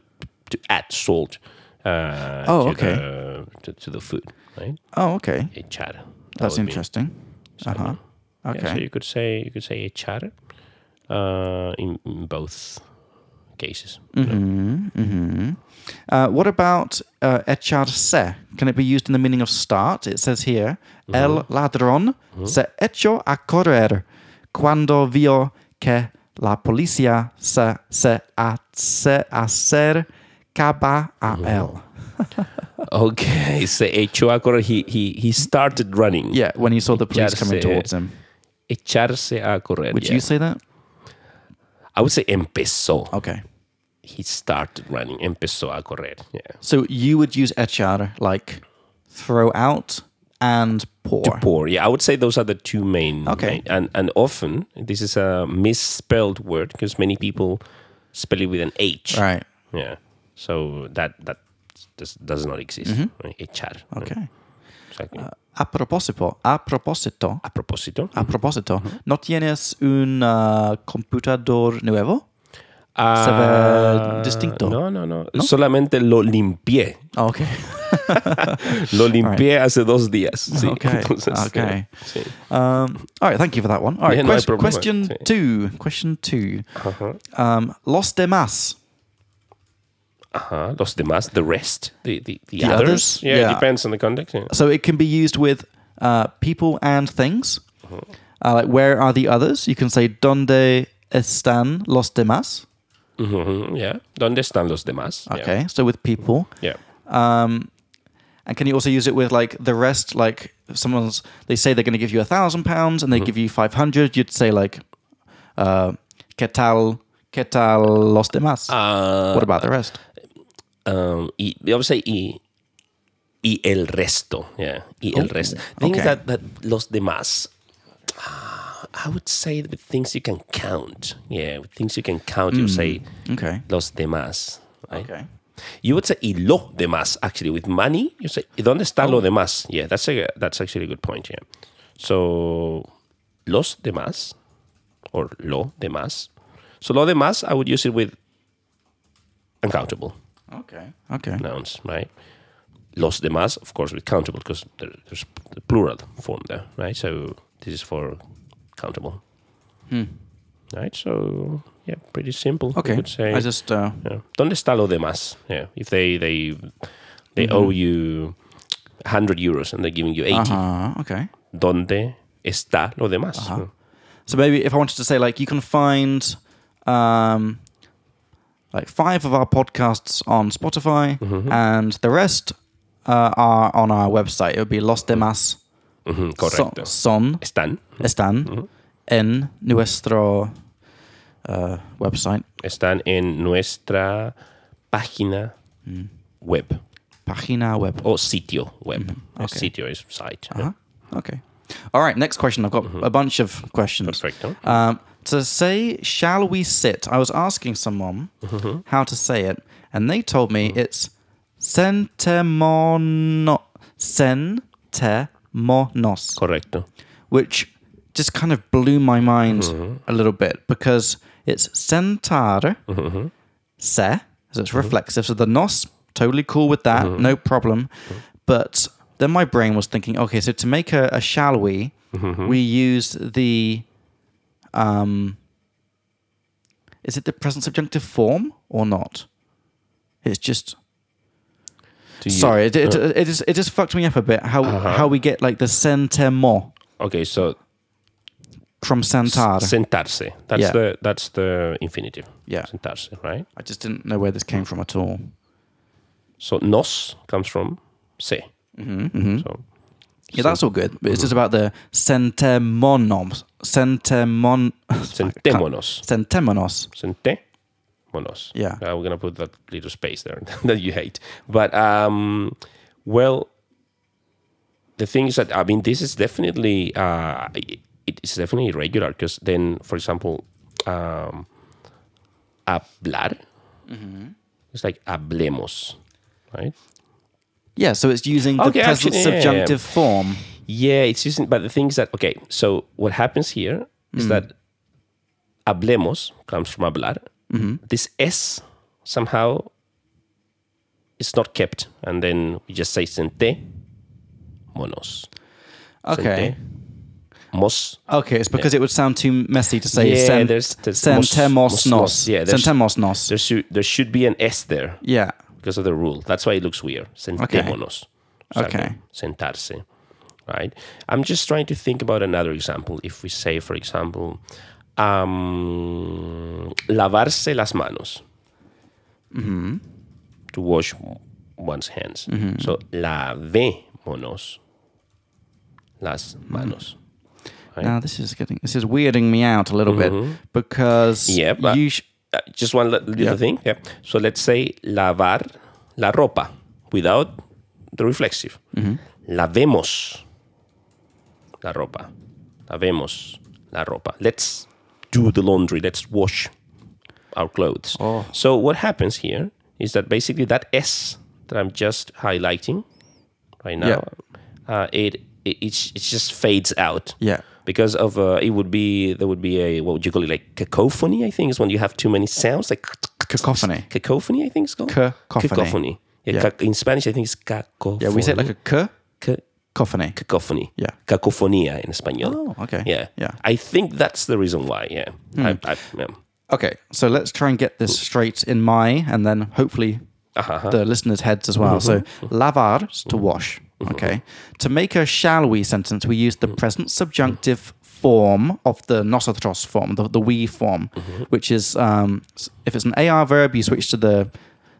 [SPEAKER 2] to add salt. Uh,
[SPEAKER 1] Oh,
[SPEAKER 2] to
[SPEAKER 1] okay.
[SPEAKER 2] The, to, to the food, right?
[SPEAKER 1] Oh, okay.
[SPEAKER 2] Echar. That
[SPEAKER 1] That's
[SPEAKER 2] would be-
[SPEAKER 1] interesting. Uh huh. Okay.
[SPEAKER 2] Yeah, so you could say you could say echar uh, in, in both cases.
[SPEAKER 1] Uh, what about uh, echarse? Can it be used in the meaning of start? It says here, el ladrón se echó a correr cuando vio que la policía se, se, a, se acercaba a él.
[SPEAKER 2] Okay, se echó a correr. He he he started running.
[SPEAKER 1] Yeah, when he saw the police coming
[SPEAKER 2] Echarse.
[SPEAKER 1] towards him.
[SPEAKER 2] Echarse a correr.
[SPEAKER 1] Would
[SPEAKER 2] yeah.
[SPEAKER 1] you say that?
[SPEAKER 2] I would say empezó.
[SPEAKER 1] Okay.
[SPEAKER 2] He started running. Empezó a correr. Yeah.
[SPEAKER 1] So you would use echar like throw out and pour.
[SPEAKER 2] Poor. Yeah, I would say those are the two main.
[SPEAKER 1] Okay.
[SPEAKER 2] main- and and often this is a misspelled word because many people spell it with an H.
[SPEAKER 1] Right.
[SPEAKER 2] Yeah. So that that does, does not exist. right? Echar.
[SPEAKER 1] Mm-hmm.
[SPEAKER 2] Eh,
[SPEAKER 1] Okay.
[SPEAKER 2] Exactly.
[SPEAKER 1] A propósito, a propósito.
[SPEAKER 2] a propósito.
[SPEAKER 1] A propósito, ¿no tienes un ah, computador uh, nuevo? Se ve distinto.
[SPEAKER 2] No, no, no, Solamente lo limpié.
[SPEAKER 1] Oh, okay.
[SPEAKER 2] Lo limpié hace dos días. Sí.
[SPEAKER 1] Okay,
[SPEAKER 2] Entonces, eh,
[SPEAKER 1] okay.
[SPEAKER 2] sí.
[SPEAKER 1] Um, all right, thank you for that one. All right,
[SPEAKER 2] Yeah, no
[SPEAKER 1] quest-
[SPEAKER 2] problem.
[SPEAKER 1] question
[SPEAKER 2] Sí.
[SPEAKER 1] two. Question two.
[SPEAKER 2] Ajá.
[SPEAKER 1] Um, los demás.
[SPEAKER 2] Ajá. Los demás, Uh, the rest, the, the, the,
[SPEAKER 1] The
[SPEAKER 2] others.
[SPEAKER 1] others?
[SPEAKER 2] Yeah,
[SPEAKER 1] Yeah.
[SPEAKER 2] it depends on the context. yeah.
[SPEAKER 1] So it can be used with uh, people and things. Uh, like, where are the others? You can say, ¿Dónde están los demás?
[SPEAKER 2] Ujú, Mm-hmm, yeah. ¿Dónde están los demás? Yeah.
[SPEAKER 1] Okay, so with people.
[SPEAKER 2] Yeah.
[SPEAKER 1] Um, and can you also use it with like the rest? Like if someone's, they say they're going to give you a thousand pounds and they give you 500. You'd say like, uh, ¿Qué tal? ¿Qué tal los demás?
[SPEAKER 2] Ah,
[SPEAKER 1] what about the rest?
[SPEAKER 2] um, y I would say y, y el resto. Yeah, y el
[SPEAKER 1] Oh,
[SPEAKER 2] resto. The thing is
[SPEAKER 1] okay.
[SPEAKER 2] that, that los demás. ah, I would say the things you can count. Yeah, with things you can count. You say
[SPEAKER 1] Okay.
[SPEAKER 2] los demás. Right?
[SPEAKER 1] Mm. Okay.
[SPEAKER 2] You would say y lo demás actually with money. You say ¿y dónde está lo demás? Yeah, that's a that's actually a good point. Yeah. So los demás or lo demás. So lo demás I would use it with uncountable
[SPEAKER 1] Okay. Okay.
[SPEAKER 2] nouns, right? Los demás, of course, with countable because there, there's the plural form there, right? So this is for countable, right? So yeah, pretty simple.
[SPEAKER 1] Hmm.
[SPEAKER 2] I
[SPEAKER 1] Okay.
[SPEAKER 2] would say.
[SPEAKER 1] I just, uh,
[SPEAKER 2] yeah. ¿Dónde está lo demás? Yeah. If they they they owe you hundred euros and they're giving you 80
[SPEAKER 1] uh, okay.
[SPEAKER 2] ¿Dónde está lo demás?
[SPEAKER 1] So maybe if I wanted to say like you can find um, like five of our podcasts on Spotify and the rest uh, are on our website. It would be Los Demás son,
[SPEAKER 2] Mhm, correcto.
[SPEAKER 1] son
[SPEAKER 2] Están.
[SPEAKER 1] están en nuestro uh, website
[SPEAKER 2] Están en nuestra página
[SPEAKER 1] Mm.
[SPEAKER 2] web.
[SPEAKER 1] página web.
[SPEAKER 2] or sitio web.
[SPEAKER 1] okay.
[SPEAKER 2] Sitio is site.
[SPEAKER 1] Uh-huh. Okay. All right. Next question. I've got a bunch of questions.
[SPEAKER 2] Perfecto.
[SPEAKER 1] Um, to say, shall we sit? I was asking someone how to say it, and they told me it's sentemono, sentemonos,
[SPEAKER 2] Correcto.
[SPEAKER 1] which just kind of blew my mind a little bit because it's sentar, se, so it's reflexive. So the nos, totally cool with that, no problem. But then my brain was thinking, okay, so to make a, a shall we, we used the um, is it the present subjunctive form or not? It's just
[SPEAKER 2] Do you-
[SPEAKER 1] sorry. It, it, it just it just fucked me up a bit. How how we get like the sentemo
[SPEAKER 2] Okay, so
[SPEAKER 1] from sentar?
[SPEAKER 2] sentarse. That's
[SPEAKER 1] Yeah.
[SPEAKER 2] the that's the infinitive.
[SPEAKER 1] Yeah.
[SPEAKER 2] Sentarse, right?
[SPEAKER 1] I just didn't know where this came from at all.
[SPEAKER 2] So nos comes from se.
[SPEAKER 1] Mm.
[SPEAKER 2] So
[SPEAKER 1] Mm-hmm,
[SPEAKER 2] Mm-hmm.
[SPEAKER 1] Yeah, that's all good. But it's just about the sentemonom, sentemon,
[SPEAKER 2] sentémonos.
[SPEAKER 1] sentemonos.
[SPEAKER 2] Senté. Monos.
[SPEAKER 1] Yeah.
[SPEAKER 2] Uh, we're gonna put that little space there that you hate. But um well the thing is that I mean this is definitely uh it- it's definitely irregular because then for example um hablar it's like hablemos right
[SPEAKER 1] Yeah, so it's using the
[SPEAKER 2] Okay,
[SPEAKER 1] present
[SPEAKER 2] actually, yeah, yeah, yeah.
[SPEAKER 1] subjunctive form.
[SPEAKER 2] yeah it's isn't but the thing is that okay so what happens here is that hablemos comes from hablar this s somehow is not kept and then we just say sente monos
[SPEAKER 1] Okay.
[SPEAKER 2] mos
[SPEAKER 1] Okay, it's because it would sound too messy to say
[SPEAKER 2] Yeah,
[SPEAKER 1] sen-
[SPEAKER 2] there's- there's mos-
[SPEAKER 1] sentemos
[SPEAKER 2] mos-
[SPEAKER 1] nos.
[SPEAKER 2] mos. Yeah, there's-
[SPEAKER 1] sentemos nos.
[SPEAKER 2] there should there should be an s there
[SPEAKER 1] Yeah.
[SPEAKER 2] because of the rule. That's why it looks weird. Sentémonos. Exactly.
[SPEAKER 1] Okay.
[SPEAKER 2] Sentarse. Right? I'm just trying to think about another example. If we say, for example, um, lavarse las manos. To wash one's hands. So, lavémonos las manos. Right? Mm-hmm.
[SPEAKER 1] Now this is getting this is weirding me out a little bit because
[SPEAKER 2] Yeah, but-
[SPEAKER 1] you sh-
[SPEAKER 2] Uh, just one li- little
[SPEAKER 1] Yeah.
[SPEAKER 2] thing. Yeah. So let's say lavar la ropa without the reflexive.
[SPEAKER 1] Mm-hmm.
[SPEAKER 2] Lavemos la ropa. Lavemos la ropa. Let's do the laundry. Let's wash our clothes.
[SPEAKER 1] Oh.
[SPEAKER 2] So what happens here is that basically that S that I'm just highlighting right now, uh, it, it it's, it just fades out
[SPEAKER 1] yeah
[SPEAKER 2] because of uh, it would be there would be a what would you call it like cacophony I think is when you have too many sounds like
[SPEAKER 1] Cacophony.
[SPEAKER 2] cacophony I think it's called
[SPEAKER 1] Cacophony.
[SPEAKER 2] cacophony. Yeah,
[SPEAKER 1] Yeah.
[SPEAKER 2] cac- in Spanish I think it's cacophony.
[SPEAKER 1] Yeah, we say it like a k
[SPEAKER 2] Ca-
[SPEAKER 1] cacophony.
[SPEAKER 2] cacophony.
[SPEAKER 1] Yeah.
[SPEAKER 2] cacofonía in Spanish.
[SPEAKER 1] Oh, okay.
[SPEAKER 2] Yeah,
[SPEAKER 1] Yeah. Hmm.
[SPEAKER 2] I think that's the reason why. Yeah, I, I, yeah.
[SPEAKER 1] Okay, so let's try and get this straight in my and then hopefully
[SPEAKER 2] Uh-huh.
[SPEAKER 1] the listeners' heads as well. So lavar is to wash. Okay. To make a shall we sentence, we use the present subjunctive form of the nosotros form, the, the we form, which is um, s- if it's an AR verb, you switch to the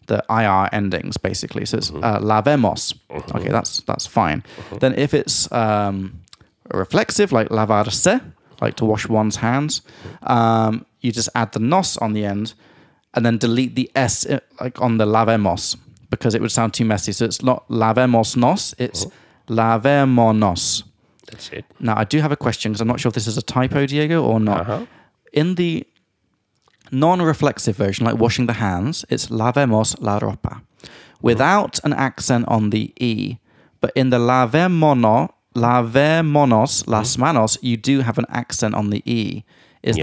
[SPEAKER 1] the IR endings basically. So it's uh, lavemos. Okay, that's that's fine. Then if it's um, reflexive, like lavarse, like to wash one's hands, um, you just add the nos on the end, and then delete the s uh, like on the lavemos because it would sound too messy. So it's not lavemos nos,
[SPEAKER 2] Oh.
[SPEAKER 1] it's lavemonos.
[SPEAKER 2] that's it.
[SPEAKER 1] Now I do have a question because I'm not sure if this is a typo, Diego, or not.
[SPEAKER 2] Uh-huh.
[SPEAKER 1] In the non-reflexive version, like washing the hands, it's lavemos la ropa,
[SPEAKER 2] Oh.
[SPEAKER 1] without an accent on the e. But in the lavemono, lavemonos, las manos, you do have an accent on the e. Is
[SPEAKER 2] Mm-hmm. Yes.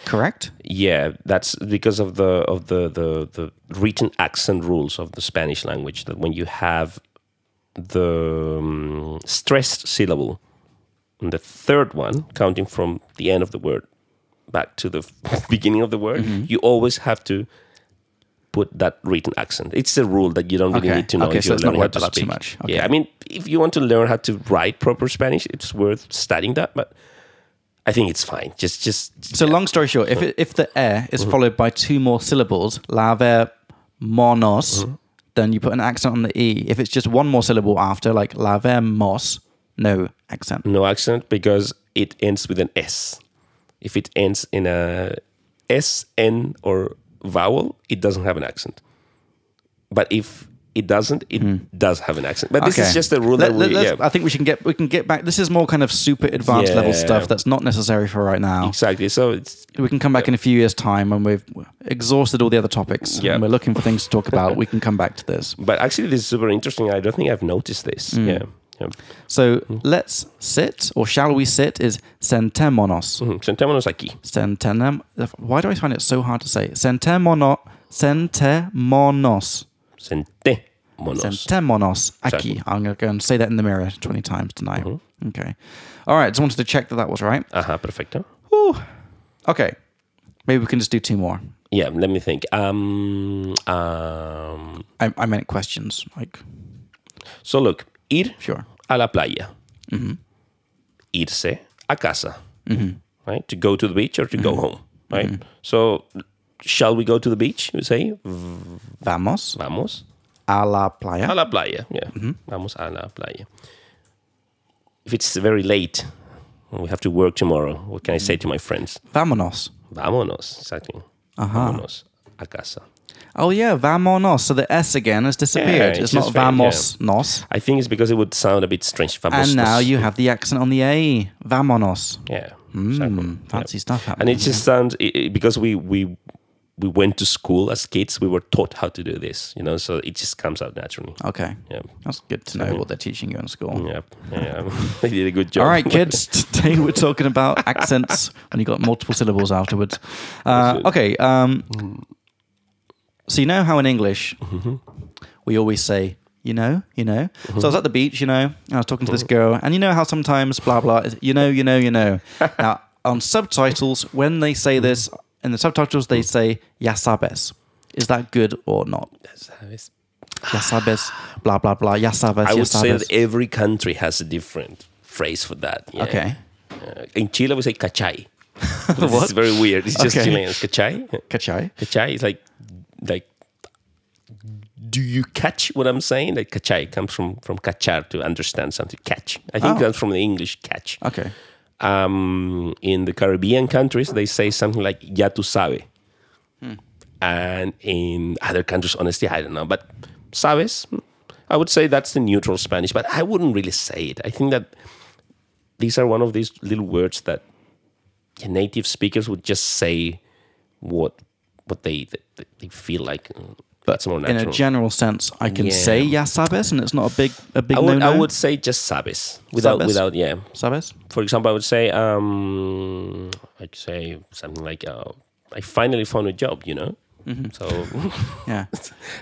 [SPEAKER 1] that correct?
[SPEAKER 2] Yeah, that's because of the of the, the the written accent rules of the Spanish language. That when you have the um, stressed syllable and the third one, counting from the end of the word back to the beginning of the word,
[SPEAKER 1] Mm-hmm.
[SPEAKER 2] you always have to put that written accent. It's a rule that you don't really
[SPEAKER 1] Okay.
[SPEAKER 2] need to know
[SPEAKER 1] Okay,
[SPEAKER 2] if
[SPEAKER 1] so
[SPEAKER 2] you're
[SPEAKER 1] it's not
[SPEAKER 2] learning how
[SPEAKER 1] worth
[SPEAKER 2] to
[SPEAKER 1] just too
[SPEAKER 2] speak.
[SPEAKER 1] much. Okay.
[SPEAKER 2] Yeah, I mean, if you want to learn how to write proper Spanish, it's worth studying that. But I think it's fine. Just, just
[SPEAKER 1] So long story short, if it, if the e is
[SPEAKER 2] Mm-hmm.
[SPEAKER 1] followed by two more syllables, lave monos,
[SPEAKER 2] Mm-hmm.
[SPEAKER 1] then you put an accent on the e. If it's just one more syllable after, like lave mos, no accent.
[SPEAKER 2] no accent because it ends with an S. If it ends in a S, N, or vowel, it doesn't have an accent. But if it doesn't, it does have an accent. But this
[SPEAKER 1] Hmm. Okay.
[SPEAKER 2] is just a rule
[SPEAKER 1] Let-
[SPEAKER 2] that we,
[SPEAKER 1] let-
[SPEAKER 2] yeah,
[SPEAKER 1] let's- I think we can get we can get back. This is more kind of super advanced level
[SPEAKER 2] Yeah.
[SPEAKER 1] stuff that's not necessary for right now.
[SPEAKER 2] exactly. So it's
[SPEAKER 1] We can come back in a few years' time when we've exhausted all the other topics
[SPEAKER 2] Yeah.
[SPEAKER 1] and we're looking for things to talk about. we can come back to this.
[SPEAKER 2] but actually this is super interesting. I don't think I've noticed this.
[SPEAKER 1] Hmm.
[SPEAKER 2] Yeah. yeah.
[SPEAKER 1] So
[SPEAKER 2] Mm-hmm.
[SPEAKER 1] let's sit, or shall we sit? Is sentémonos.
[SPEAKER 2] Mhm. Sentémonos aquí.
[SPEAKER 1] Centenem. Why do I find it so hard to say? Centemono, centemonos.
[SPEAKER 2] Sentémonos.
[SPEAKER 1] Centemonos.
[SPEAKER 2] Exactly.
[SPEAKER 1] Aquí.
[SPEAKER 2] Mm-hmm.
[SPEAKER 1] I'm going to go and say that in the mirror 20 times tonight. Okay. All right. Just wanted to check that that was right.
[SPEAKER 2] Ajá, perfecto.
[SPEAKER 1] Whew. Okay. Maybe we can just do two more.
[SPEAKER 2] Yeah, let me think. Um, um,
[SPEAKER 1] I, I meant questions. Like,
[SPEAKER 2] so look, ir
[SPEAKER 1] sure.
[SPEAKER 2] a la playa.
[SPEAKER 1] Mm-hmm.
[SPEAKER 2] Irse a casa. Right? To go to the beach or to
[SPEAKER 1] Mm-hmm.
[SPEAKER 2] go home. Right? So, shall we go to the beach? You say,
[SPEAKER 1] Vamos
[SPEAKER 2] vamos
[SPEAKER 1] a la playa.
[SPEAKER 2] a la playa. Yeah.
[SPEAKER 1] Mm-hmm.
[SPEAKER 2] Vamos a la playa. If it's very late, and we have to work tomorrow. What can I say to
[SPEAKER 1] Mm-hmm.
[SPEAKER 2] my friends?
[SPEAKER 1] Vámonos.
[SPEAKER 2] Vámonos. Exactly. Vámonos a casa.
[SPEAKER 1] Oh, yeah. Vamonos. So the S again has disappeared. it's
[SPEAKER 2] it's
[SPEAKER 1] not
[SPEAKER 2] just fine, yeah.
[SPEAKER 1] vamos nos.
[SPEAKER 2] I think it's because it would sound a bit strange. Vamos.
[SPEAKER 1] And now you Mm. have the accent on the A. Vamonos.
[SPEAKER 2] Yeah. Exactly. Yeah.
[SPEAKER 1] Fancy stuff
[SPEAKER 2] and
[SPEAKER 1] happening.
[SPEAKER 2] it just sounds i i- because we we we went to school as kids we were taught how to do this you know so it just comes out naturally
[SPEAKER 1] okay.
[SPEAKER 2] yeah
[SPEAKER 1] That's good to know what they're teaching you in school.
[SPEAKER 2] yeah yeah they did a good job
[SPEAKER 1] All right, kids. Today we're talking about accents, and you got multiple syllables afterwards. Uh, okay. Um,
[SPEAKER 2] Mm-hmm.
[SPEAKER 1] so you know how in English we always say, you know, you know. So I
[SPEAKER 2] Mm-hmm.
[SPEAKER 1] was at the beach, you know, and I was talking to this girl, and you know how sometimes blah blah, is, you know, you know, you know. now on subtitles, when they say this
[SPEAKER 2] Mm-hmm.
[SPEAKER 1] in the subtitles, they say ya sabes. Is that good or not? Ya sabes, blah blah blah. Ya sabes.
[SPEAKER 2] i
[SPEAKER 1] ya
[SPEAKER 2] would say
[SPEAKER 1] sabes.
[SPEAKER 2] that every country has a different phrase for that yeah.
[SPEAKER 1] Okay.
[SPEAKER 2] Uh, in chile we say cachai
[SPEAKER 1] What?
[SPEAKER 2] it's very weird it's just
[SPEAKER 1] Okay.
[SPEAKER 2] chileans cachai
[SPEAKER 1] Cachai.
[SPEAKER 2] cachai is like like do you catch what I'm saying? Like cachai comes from from cachar to understand something. Catch. I think
[SPEAKER 1] Oh.
[SPEAKER 2] that's from the English catch.
[SPEAKER 1] Okay.
[SPEAKER 2] um, in the Caribbean countries, they say something like "ya tú sabe," and in other countries, honestly, I don't know. But "sabes," I would say that's the neutral Spanish, but I wouldn't really say it. I think that these are one of these little words that native speakers would just say what what they they, they feel like.
[SPEAKER 1] But
[SPEAKER 2] It's more
[SPEAKER 1] in a
[SPEAKER 2] natural.
[SPEAKER 1] general sense, I can
[SPEAKER 2] Yeah.
[SPEAKER 1] say ya sabes, and it's not a big a big
[SPEAKER 2] I would,
[SPEAKER 1] no-no.
[SPEAKER 2] I would say just sabes without
[SPEAKER 1] Sabes?
[SPEAKER 2] without yeah.
[SPEAKER 1] sabes.
[SPEAKER 2] For example, I would say um, I'd say something like uh, I finally found a job, you know.
[SPEAKER 1] Mm-hmm.
[SPEAKER 2] So
[SPEAKER 1] Yeah.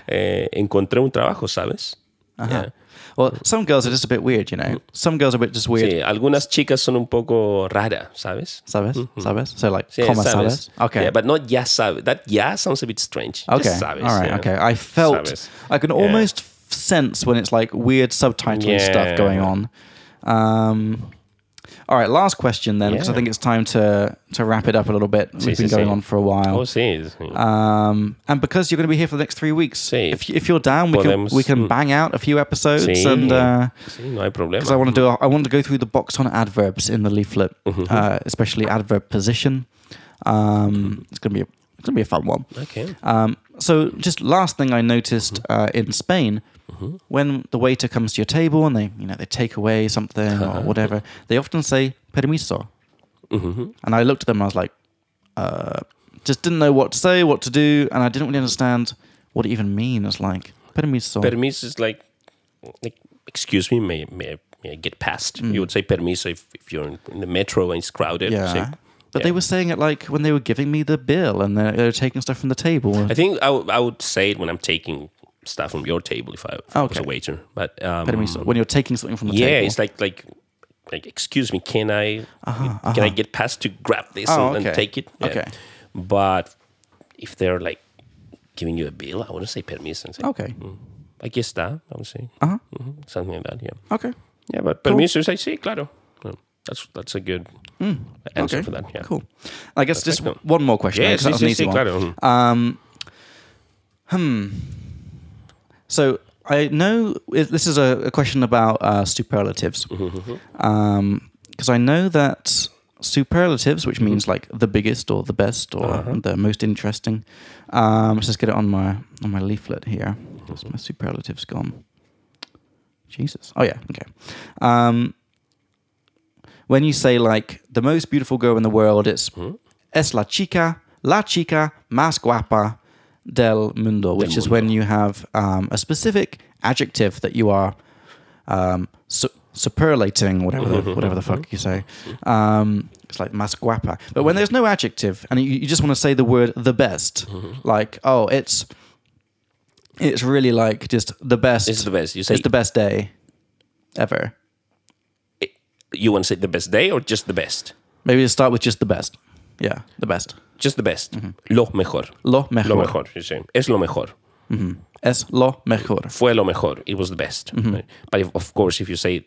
[SPEAKER 2] eh, encontré un trabajo, sabes. Yeah.
[SPEAKER 1] Well, some girls are just a bit weird, you
[SPEAKER 2] Mm.
[SPEAKER 1] know. Some girls are a bit just weird.
[SPEAKER 2] Sí, algunas chicas son un poco rara, sabes.
[SPEAKER 1] Sabes, sabes. So like,
[SPEAKER 2] Mm-hmm. Yeah,
[SPEAKER 1] comma sabes. Okay.
[SPEAKER 2] Yeah, but not ya sabes. That ya sounds a bit strange. Just
[SPEAKER 1] Okay.
[SPEAKER 2] sabes,
[SPEAKER 1] All right.
[SPEAKER 2] yeah.
[SPEAKER 1] Okay. I felt
[SPEAKER 2] Sabes.
[SPEAKER 1] I can almost f- sense when it's like weird subtitling
[SPEAKER 2] Yeah.
[SPEAKER 1] stuff going on. Um, all right. Last question then, because I
[SPEAKER 2] Yeah.
[SPEAKER 1] think it's time to to wrap it up a little bit. We've been
[SPEAKER 2] sí,
[SPEAKER 1] going
[SPEAKER 2] sí.
[SPEAKER 1] on for a while.
[SPEAKER 2] Oh, sí. sí.
[SPEAKER 1] Um, and because you're going to be here for the next three weeks,
[SPEAKER 2] Sí.
[SPEAKER 1] if, if you're down, we
[SPEAKER 2] Podemos-
[SPEAKER 1] can we can bang out a few episodes,
[SPEAKER 2] Sí.
[SPEAKER 1] and because
[SPEAKER 2] Sí, no hay problema.
[SPEAKER 1] I want to do a, I want to go through the box on adverbs in the leaflet, uh, especially adverb position. Um, it's gonna be a, it's gonna be a fun one.
[SPEAKER 2] Okay.
[SPEAKER 1] Um, so, just last thing I noticed
[SPEAKER 2] Mm-hmm.
[SPEAKER 1] uh, in Spain, when the waiter comes to your table and they, you know, they take away something
[SPEAKER 2] Uh-huh.
[SPEAKER 1] or whatever, they often say "permiso,"
[SPEAKER 2] Mm-hmm.
[SPEAKER 1] and I looked at them and I was like, uh, just didn't know what to say, what to do, and I didn't really understand what it even means. Like "permiso,"
[SPEAKER 2] Permiso is like, like excuse me, may, may, may I get past? You would say permiso if, if you're in, in the metro and it's crowded.
[SPEAKER 1] Mm. yeah.
[SPEAKER 2] say-
[SPEAKER 1] But
[SPEAKER 2] yeah.
[SPEAKER 1] they were saying it like when they were giving me the bill and they they were taking stuff from the table.
[SPEAKER 2] I think I would- I would say it when I'm taking stuff from your table if I, if I was a
[SPEAKER 1] Okay.
[SPEAKER 2] waiter. But um,
[SPEAKER 1] "Permiso," when you're taking something from the
[SPEAKER 2] yeah,
[SPEAKER 1] table.
[SPEAKER 2] it's like like like excuse me, can I can I get past to grab this
[SPEAKER 1] Uh-huh, Oh,
[SPEAKER 2] and, and
[SPEAKER 1] okay.
[SPEAKER 2] take it? Yeah.
[SPEAKER 1] Okay.
[SPEAKER 2] But if they're like giving you a bill, I wouldn't say permiso. I'd say,
[SPEAKER 1] okay. Oh.
[SPEAKER 2] Aquí está, I would say.
[SPEAKER 1] Uh huh.
[SPEAKER 2] Mhm, Something like that, yeah.
[SPEAKER 1] Okay.
[SPEAKER 2] Yeah, but permiso is like, sí, claro. No, That's, that's a good answer
[SPEAKER 1] Mm. okay.
[SPEAKER 2] for that. Yeah.
[SPEAKER 1] Cool. I guess
[SPEAKER 2] Perfecto.
[SPEAKER 1] just one more question.
[SPEAKER 2] Yeah,
[SPEAKER 1] because that
[SPEAKER 2] sí,
[SPEAKER 1] was an
[SPEAKER 2] sí,
[SPEAKER 1] easy
[SPEAKER 2] sí,
[SPEAKER 1] one.
[SPEAKER 2] claro. mhm.
[SPEAKER 1] Um, hmm. So I know it- this is a, a question about uh, superlatives, because I know that superlatives, which means like the biggest or the best or the most interesting. Um, let's just get it on my on my leaflet here. Where's my superlatives gone? Jesus. Oh yeah. Okay. Um, when you say like the most beautiful girl in the world, it's es la chica, la chica más guapa del mundo, which is when you have um, a specific adjective that you are um, su- superlating, whatever
[SPEAKER 2] Mm-hmm.
[SPEAKER 1] the, whatever the fuck you say. Um, it's like más guapa. But when there's no adjective and you, you just want to say the word the best,
[SPEAKER 2] Mm-hmm.
[SPEAKER 1] like, oh, it's. It's really like just the best.
[SPEAKER 2] It's the best. You say-
[SPEAKER 1] it's the best day ever.
[SPEAKER 2] You want to say the best day or just the best?
[SPEAKER 1] Maybe just start with just the best. Yeah, the best.
[SPEAKER 2] Just the best. Lo mejor.
[SPEAKER 1] Lo mejor.
[SPEAKER 2] Lo mejor. you say. Es lo mejor.
[SPEAKER 1] Es lo mejor.
[SPEAKER 2] Fue lo mejor. It was the best. Right? But if, of course, if you say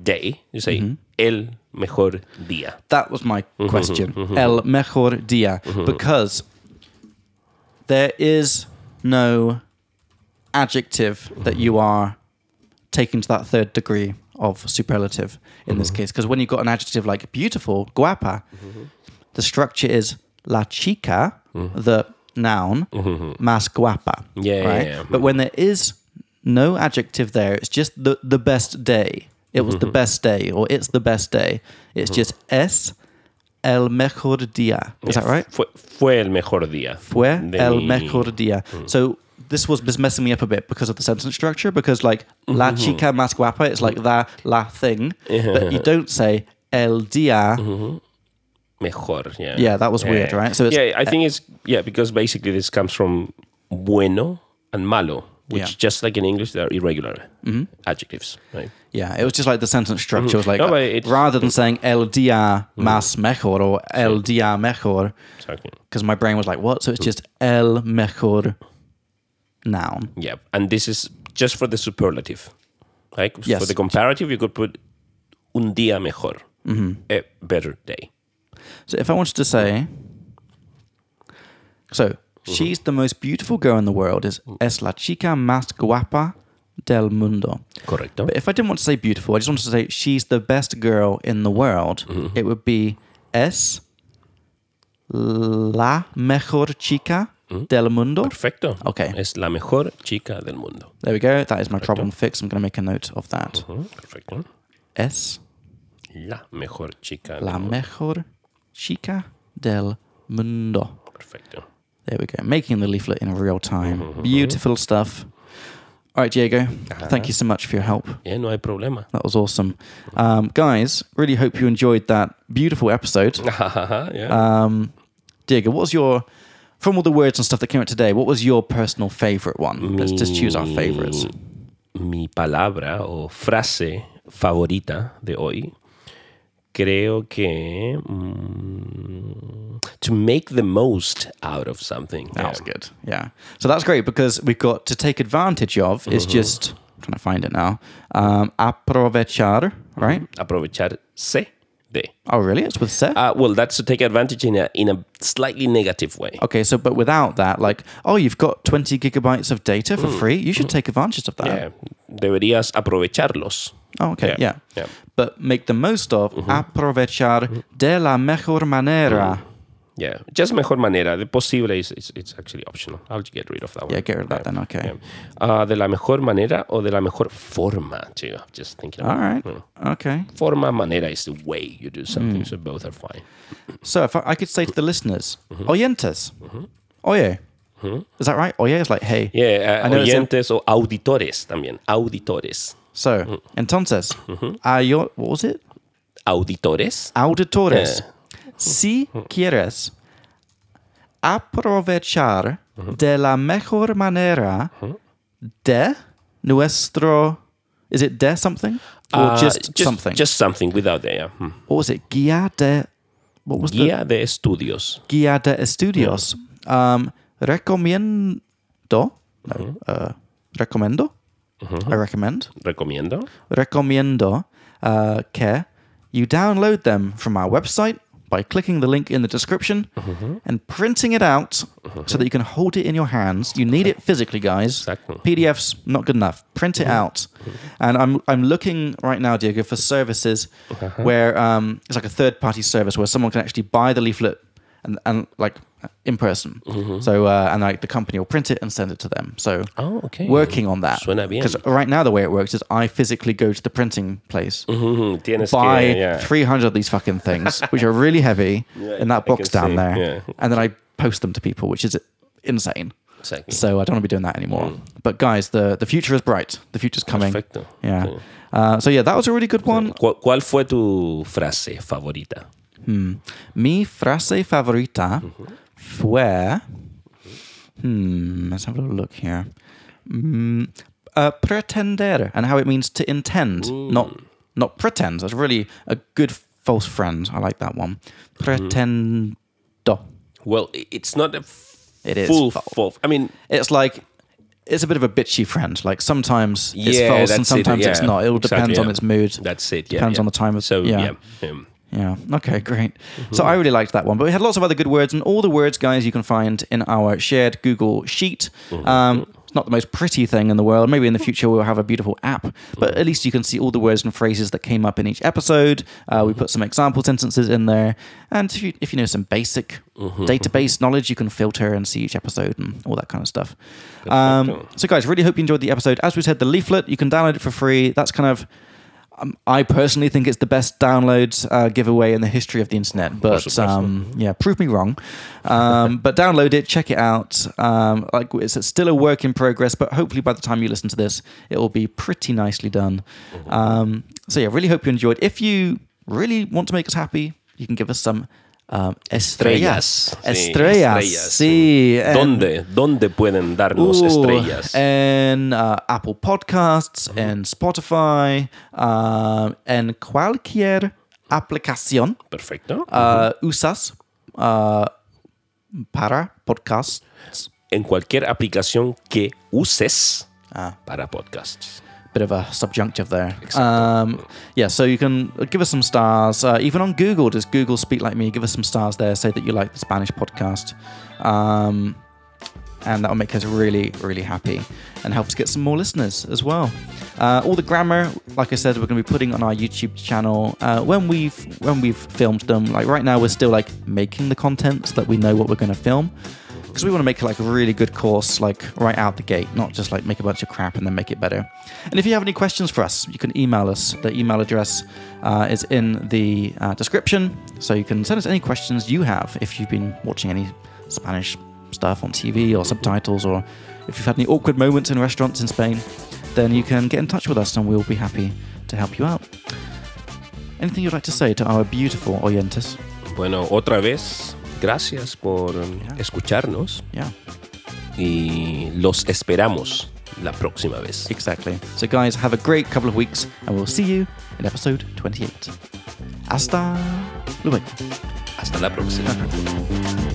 [SPEAKER 2] day, you say el mejor día.
[SPEAKER 1] That was my question. El mejor dia Because there is no adjective that you are taking to that third degree of superlative in this
[SPEAKER 2] Mm-hmm.
[SPEAKER 1] case. Because when you've got an adjective like beautiful, guapa, the structure is la chica, the noun, más guapa.
[SPEAKER 2] Mm-hmm. Yeah, yeah,
[SPEAKER 1] right?
[SPEAKER 2] yeah.
[SPEAKER 1] But when there is no adjective there, it's just the, the best day. It was
[SPEAKER 2] Mm-hmm.
[SPEAKER 1] the best day, or it's the best day. It's just es el mejor día. Is that right?
[SPEAKER 2] Fue, fue el mejor día.
[SPEAKER 1] Fue
[SPEAKER 2] de
[SPEAKER 1] el
[SPEAKER 2] mi-
[SPEAKER 1] mejor día.
[SPEAKER 2] Mm.
[SPEAKER 1] So this was just messing me up a bit because of the sentence structure. Because like la
[SPEAKER 2] Mm-hmm.
[SPEAKER 1] chica más guapa, it's like that la thing, but you don't say el dia.
[SPEAKER 2] Mm-hmm. Mejor. Yeah.
[SPEAKER 1] Yeah, that was weird, right? So it's
[SPEAKER 2] yeah, I think it's yeah because basically this comes from bueno and malo, which
[SPEAKER 1] Yeah.
[SPEAKER 2] just like in English they are irregular adjectives, right?
[SPEAKER 1] Yeah, it was just like the sentence structure was like
[SPEAKER 2] Mm-hmm. No, but it's- Mm-hmm.
[SPEAKER 1] rather than saying el dia más mejor or el dia mejor,
[SPEAKER 2] Exactly.
[SPEAKER 1] because my brain was like, what? So it's
[SPEAKER 2] Mm-hmm.
[SPEAKER 1] just el mejor noun.
[SPEAKER 2] Yeah, and this is just for the superlative. Like
[SPEAKER 1] Yes.
[SPEAKER 2] for the comparative, you could put un día mejor,
[SPEAKER 1] Mm-hmm.
[SPEAKER 2] a better day.
[SPEAKER 1] So if I wanted to say, so she's the most beautiful girl in the world is es la chica más guapa del mundo.
[SPEAKER 2] Correcto.
[SPEAKER 1] But if I didn't want to say beautiful, I just wanted to say she's the best girl in the world. It would be es la mejor chica del mundo.
[SPEAKER 2] Perfecto.
[SPEAKER 1] Okay.
[SPEAKER 2] Es la mejor chica del mundo.
[SPEAKER 1] There we go. That is my problem fixed. I'm going to make a note of that.
[SPEAKER 2] Ujú, Perfecto.
[SPEAKER 1] Es
[SPEAKER 2] La mejor chica.
[SPEAKER 1] la
[SPEAKER 2] del mundo.
[SPEAKER 1] mejor chica del mundo.
[SPEAKER 2] Perfecto.
[SPEAKER 1] There we go. Making the leaflet in real time. Beautiful stuff. All right, Diego. Thank you so much for your help.
[SPEAKER 2] Yeah, no hay problema.
[SPEAKER 1] That was awesome. Um, guys, really hope you enjoyed that beautiful episode.
[SPEAKER 2] Ajá, yeah.
[SPEAKER 1] Um, Diego, what was your, from all the words and stuff that came out today, what was your personal favorite one? Let's just choose our favorites.
[SPEAKER 2] Mi palabra o frase favorita de hoy creo que mm, to make the most out of something.
[SPEAKER 1] That was good. Yeah. So that's great because we've got to take advantage of is just, I'm trying to find it now, um, aprovechar, right?
[SPEAKER 2] Mm-hmm. Aprovecharse de.
[SPEAKER 1] Oh, really? It's with se?
[SPEAKER 2] Uh, well, that's to take advantage in a in a slightly negative way.
[SPEAKER 1] Okay, so but without that, like, oh, you've got 20 gigabytes of data for free. You should take advantage of that.
[SPEAKER 2] Mm. Yeah. Deberías aprovecharlos.
[SPEAKER 1] Oh, okay, yeah.
[SPEAKER 2] Yeah, Mm-hmm. yeah.
[SPEAKER 1] But make the most of aprovechar de la mejor
[SPEAKER 2] Mm.
[SPEAKER 1] manera.
[SPEAKER 2] Yeah, just mejor manera. The posible is, is it's actually optional. I'll get rid of that one.
[SPEAKER 1] Yeah, get rid of that then. Okay.
[SPEAKER 2] Yeah. Uh, de la mejor manera o de la mejor forma, too. I'm just thinking
[SPEAKER 1] All
[SPEAKER 2] about
[SPEAKER 1] right.
[SPEAKER 2] Mm.
[SPEAKER 1] Okay.
[SPEAKER 2] Forma, manera is the way you do something,
[SPEAKER 1] Mm.
[SPEAKER 2] so both are fine.
[SPEAKER 1] So if I, I could say to the listeners,
[SPEAKER 2] Mm-hmm.
[SPEAKER 1] oyentes, oye. Is that right? Oye is like, hey.
[SPEAKER 2] Yeah,
[SPEAKER 1] I
[SPEAKER 2] uh,
[SPEAKER 1] know it's in-
[SPEAKER 2] oyentes o auditores también. Auditores.
[SPEAKER 1] So,
[SPEAKER 2] Mm.
[SPEAKER 1] entonces,
[SPEAKER 2] Mm-hmm.
[SPEAKER 1] ayo- what was it?
[SPEAKER 2] Auditores.
[SPEAKER 1] auditores, si quieres aprovechar de la mejor manera de nuestro, is it de something or
[SPEAKER 2] Uh,
[SPEAKER 1] just, something?
[SPEAKER 2] Just something without the. Yeah. Mm.
[SPEAKER 1] what was it? Guía de, what was the
[SPEAKER 2] Guía de estudios.
[SPEAKER 1] guía de estudios? Um, recomiendo, no, uh, recomiendo, I recommend,
[SPEAKER 2] Recomiendo.
[SPEAKER 1] recomiendo uh, que you download them from our website by clicking the link in the description
[SPEAKER 2] Mm-hmm.
[SPEAKER 1] and printing it out so that you can hold it in your hands. You need it physically, guys.
[SPEAKER 2] Exactly. Mm-hmm.
[SPEAKER 1] PDFs not good enough. Print it out. And I'm I'm looking right now, Diego, for services
[SPEAKER 2] Uh-huh.
[SPEAKER 1] where um, it's like a third party service where someone can actually buy the leaflet and, and like in person. So uh, and like the company will print it and send it to them. So
[SPEAKER 2] Oh, Mm-hmm. okay.
[SPEAKER 1] working on that.
[SPEAKER 2] Suena bien.
[SPEAKER 1] Because right now the way it works is I physically go to the printing place,
[SPEAKER 2] Mhm, Tienes
[SPEAKER 1] buy
[SPEAKER 2] que. yeah.
[SPEAKER 1] 300 of these fucking things, which are really heavy,
[SPEAKER 2] Yeah,
[SPEAKER 1] in that
[SPEAKER 2] I
[SPEAKER 1] box
[SPEAKER 2] can
[SPEAKER 1] down
[SPEAKER 2] see,
[SPEAKER 1] there,
[SPEAKER 2] yeah.
[SPEAKER 1] and then I post them to people, which is insane.
[SPEAKER 2] Exactly.
[SPEAKER 1] So I don't want to be doing that anymore.
[SPEAKER 2] Mm.
[SPEAKER 1] But guys, the the future is bright. The future's coming.
[SPEAKER 2] Perfecto.
[SPEAKER 1] Yeah.
[SPEAKER 2] Sí.
[SPEAKER 1] Uh, so yeah, that was a really good one.
[SPEAKER 2] ¿Cuál, cuál fue tu frase favorita?
[SPEAKER 1] Hmm. Mi frase favorita fue. Hmm, let's have a little look here. Mm, uh, pretender and how it means to intend, not not pretend. That's really a good false friend. I like that one. Pretendo.
[SPEAKER 2] Well, i- it's not a f-
[SPEAKER 1] It is
[SPEAKER 2] full
[SPEAKER 1] false.
[SPEAKER 2] false. I mean,
[SPEAKER 1] It's like it's a bit of a bitchy friend. Like sometimes it's
[SPEAKER 2] yeah,
[SPEAKER 1] false and
[SPEAKER 2] that's it,
[SPEAKER 1] sometimes it's
[SPEAKER 2] yeah.
[SPEAKER 1] not. It all
[SPEAKER 2] Exactly,
[SPEAKER 1] depends on
[SPEAKER 2] yeah.
[SPEAKER 1] its mood.
[SPEAKER 2] That's it. Yeah,
[SPEAKER 1] Depends
[SPEAKER 2] yeah.
[SPEAKER 1] on the time of-
[SPEAKER 2] So
[SPEAKER 1] yeah.
[SPEAKER 2] yeah, um,
[SPEAKER 1] Yeah. Okay, great. So I really liked that one. But we had lots of other good words, and all the words, guys, you can find in our shared Google Sheet. Um, it's not the most pretty thing in the world. Maybe in the future we'll have a beautiful app, but at least you can see all the words and phrases that came up in each episode. Uh, we put some example sentences in there. And if you, if you know some basic database knowledge, you can filter and see each episode and all that kind of stuff. Um, so, guys, really hope you enjoyed the episode. As we said, the leaflet, you can download it for free. That's kind of. Um, I personally think it's the best downloads uh, giveaway in the history of the internet, but
[SPEAKER 2] supuesto.
[SPEAKER 1] um, yeah, prove me wrong. Um, but download it, check it out. Um, like it's, it's still a work in progress, but hopefully by the time you listen to this, it will be pretty nicely done.
[SPEAKER 2] Mm-hmm.
[SPEAKER 1] Um, so yeah, really hope you enjoyed. If you really want to make us happy, you can give us some um, estrellas,
[SPEAKER 2] Estrellas. Sí,
[SPEAKER 1] estrellas,
[SPEAKER 2] estrellas,
[SPEAKER 1] sí. And-
[SPEAKER 2] ¿Dónde, ¿Dónde pueden darnos
[SPEAKER 1] Ooh, eh,
[SPEAKER 2] estrellas?
[SPEAKER 1] En uh, Apple Podcasts, en Spotify, um, en cualquier aplicación
[SPEAKER 2] Perfecto.
[SPEAKER 1] uh, usas uh, para podcasts.
[SPEAKER 2] en cualquier aplicación que uses
[SPEAKER 1] Ah.
[SPEAKER 2] para podcasts.
[SPEAKER 1] Bit of a subjunctive there. Um, yeah, so you can give us some stars. Uh, even on Google, does Google speak like me? Give us some stars there. Say that you like the Spanish podcast. Um, and that'll make us really, really happy and help us get some more listeners as well. Uh, all the grammar, like I said, we're going to be putting on our YouTube channel uh, when we've when we've filmed them. Like right now, we're still like making the content so that we know what we're going to film because we want to make like a really good course like right out the gate, not just like make a bunch of crap and then make it better. And if you have any questions for us, you can email us. The email address uh, is in the uh, description, so you can send us any questions you have if you've been watching any Spanish stuff on TV or subtitles, or if you've had any awkward moments in restaurants in Spain, then you can get in touch with us and we'll be happy to help you out. Anything you'd like to say to our beautiful oyentes?
[SPEAKER 2] Bueno, otra vez, gracias por escucharnos
[SPEAKER 1] Yeah,
[SPEAKER 2] y los esperamos la próxima vez.
[SPEAKER 1] exactly. So, guys, have a great couple of weeks and we'll see you in episode 28. Hasta luego.
[SPEAKER 2] Hasta la próxima.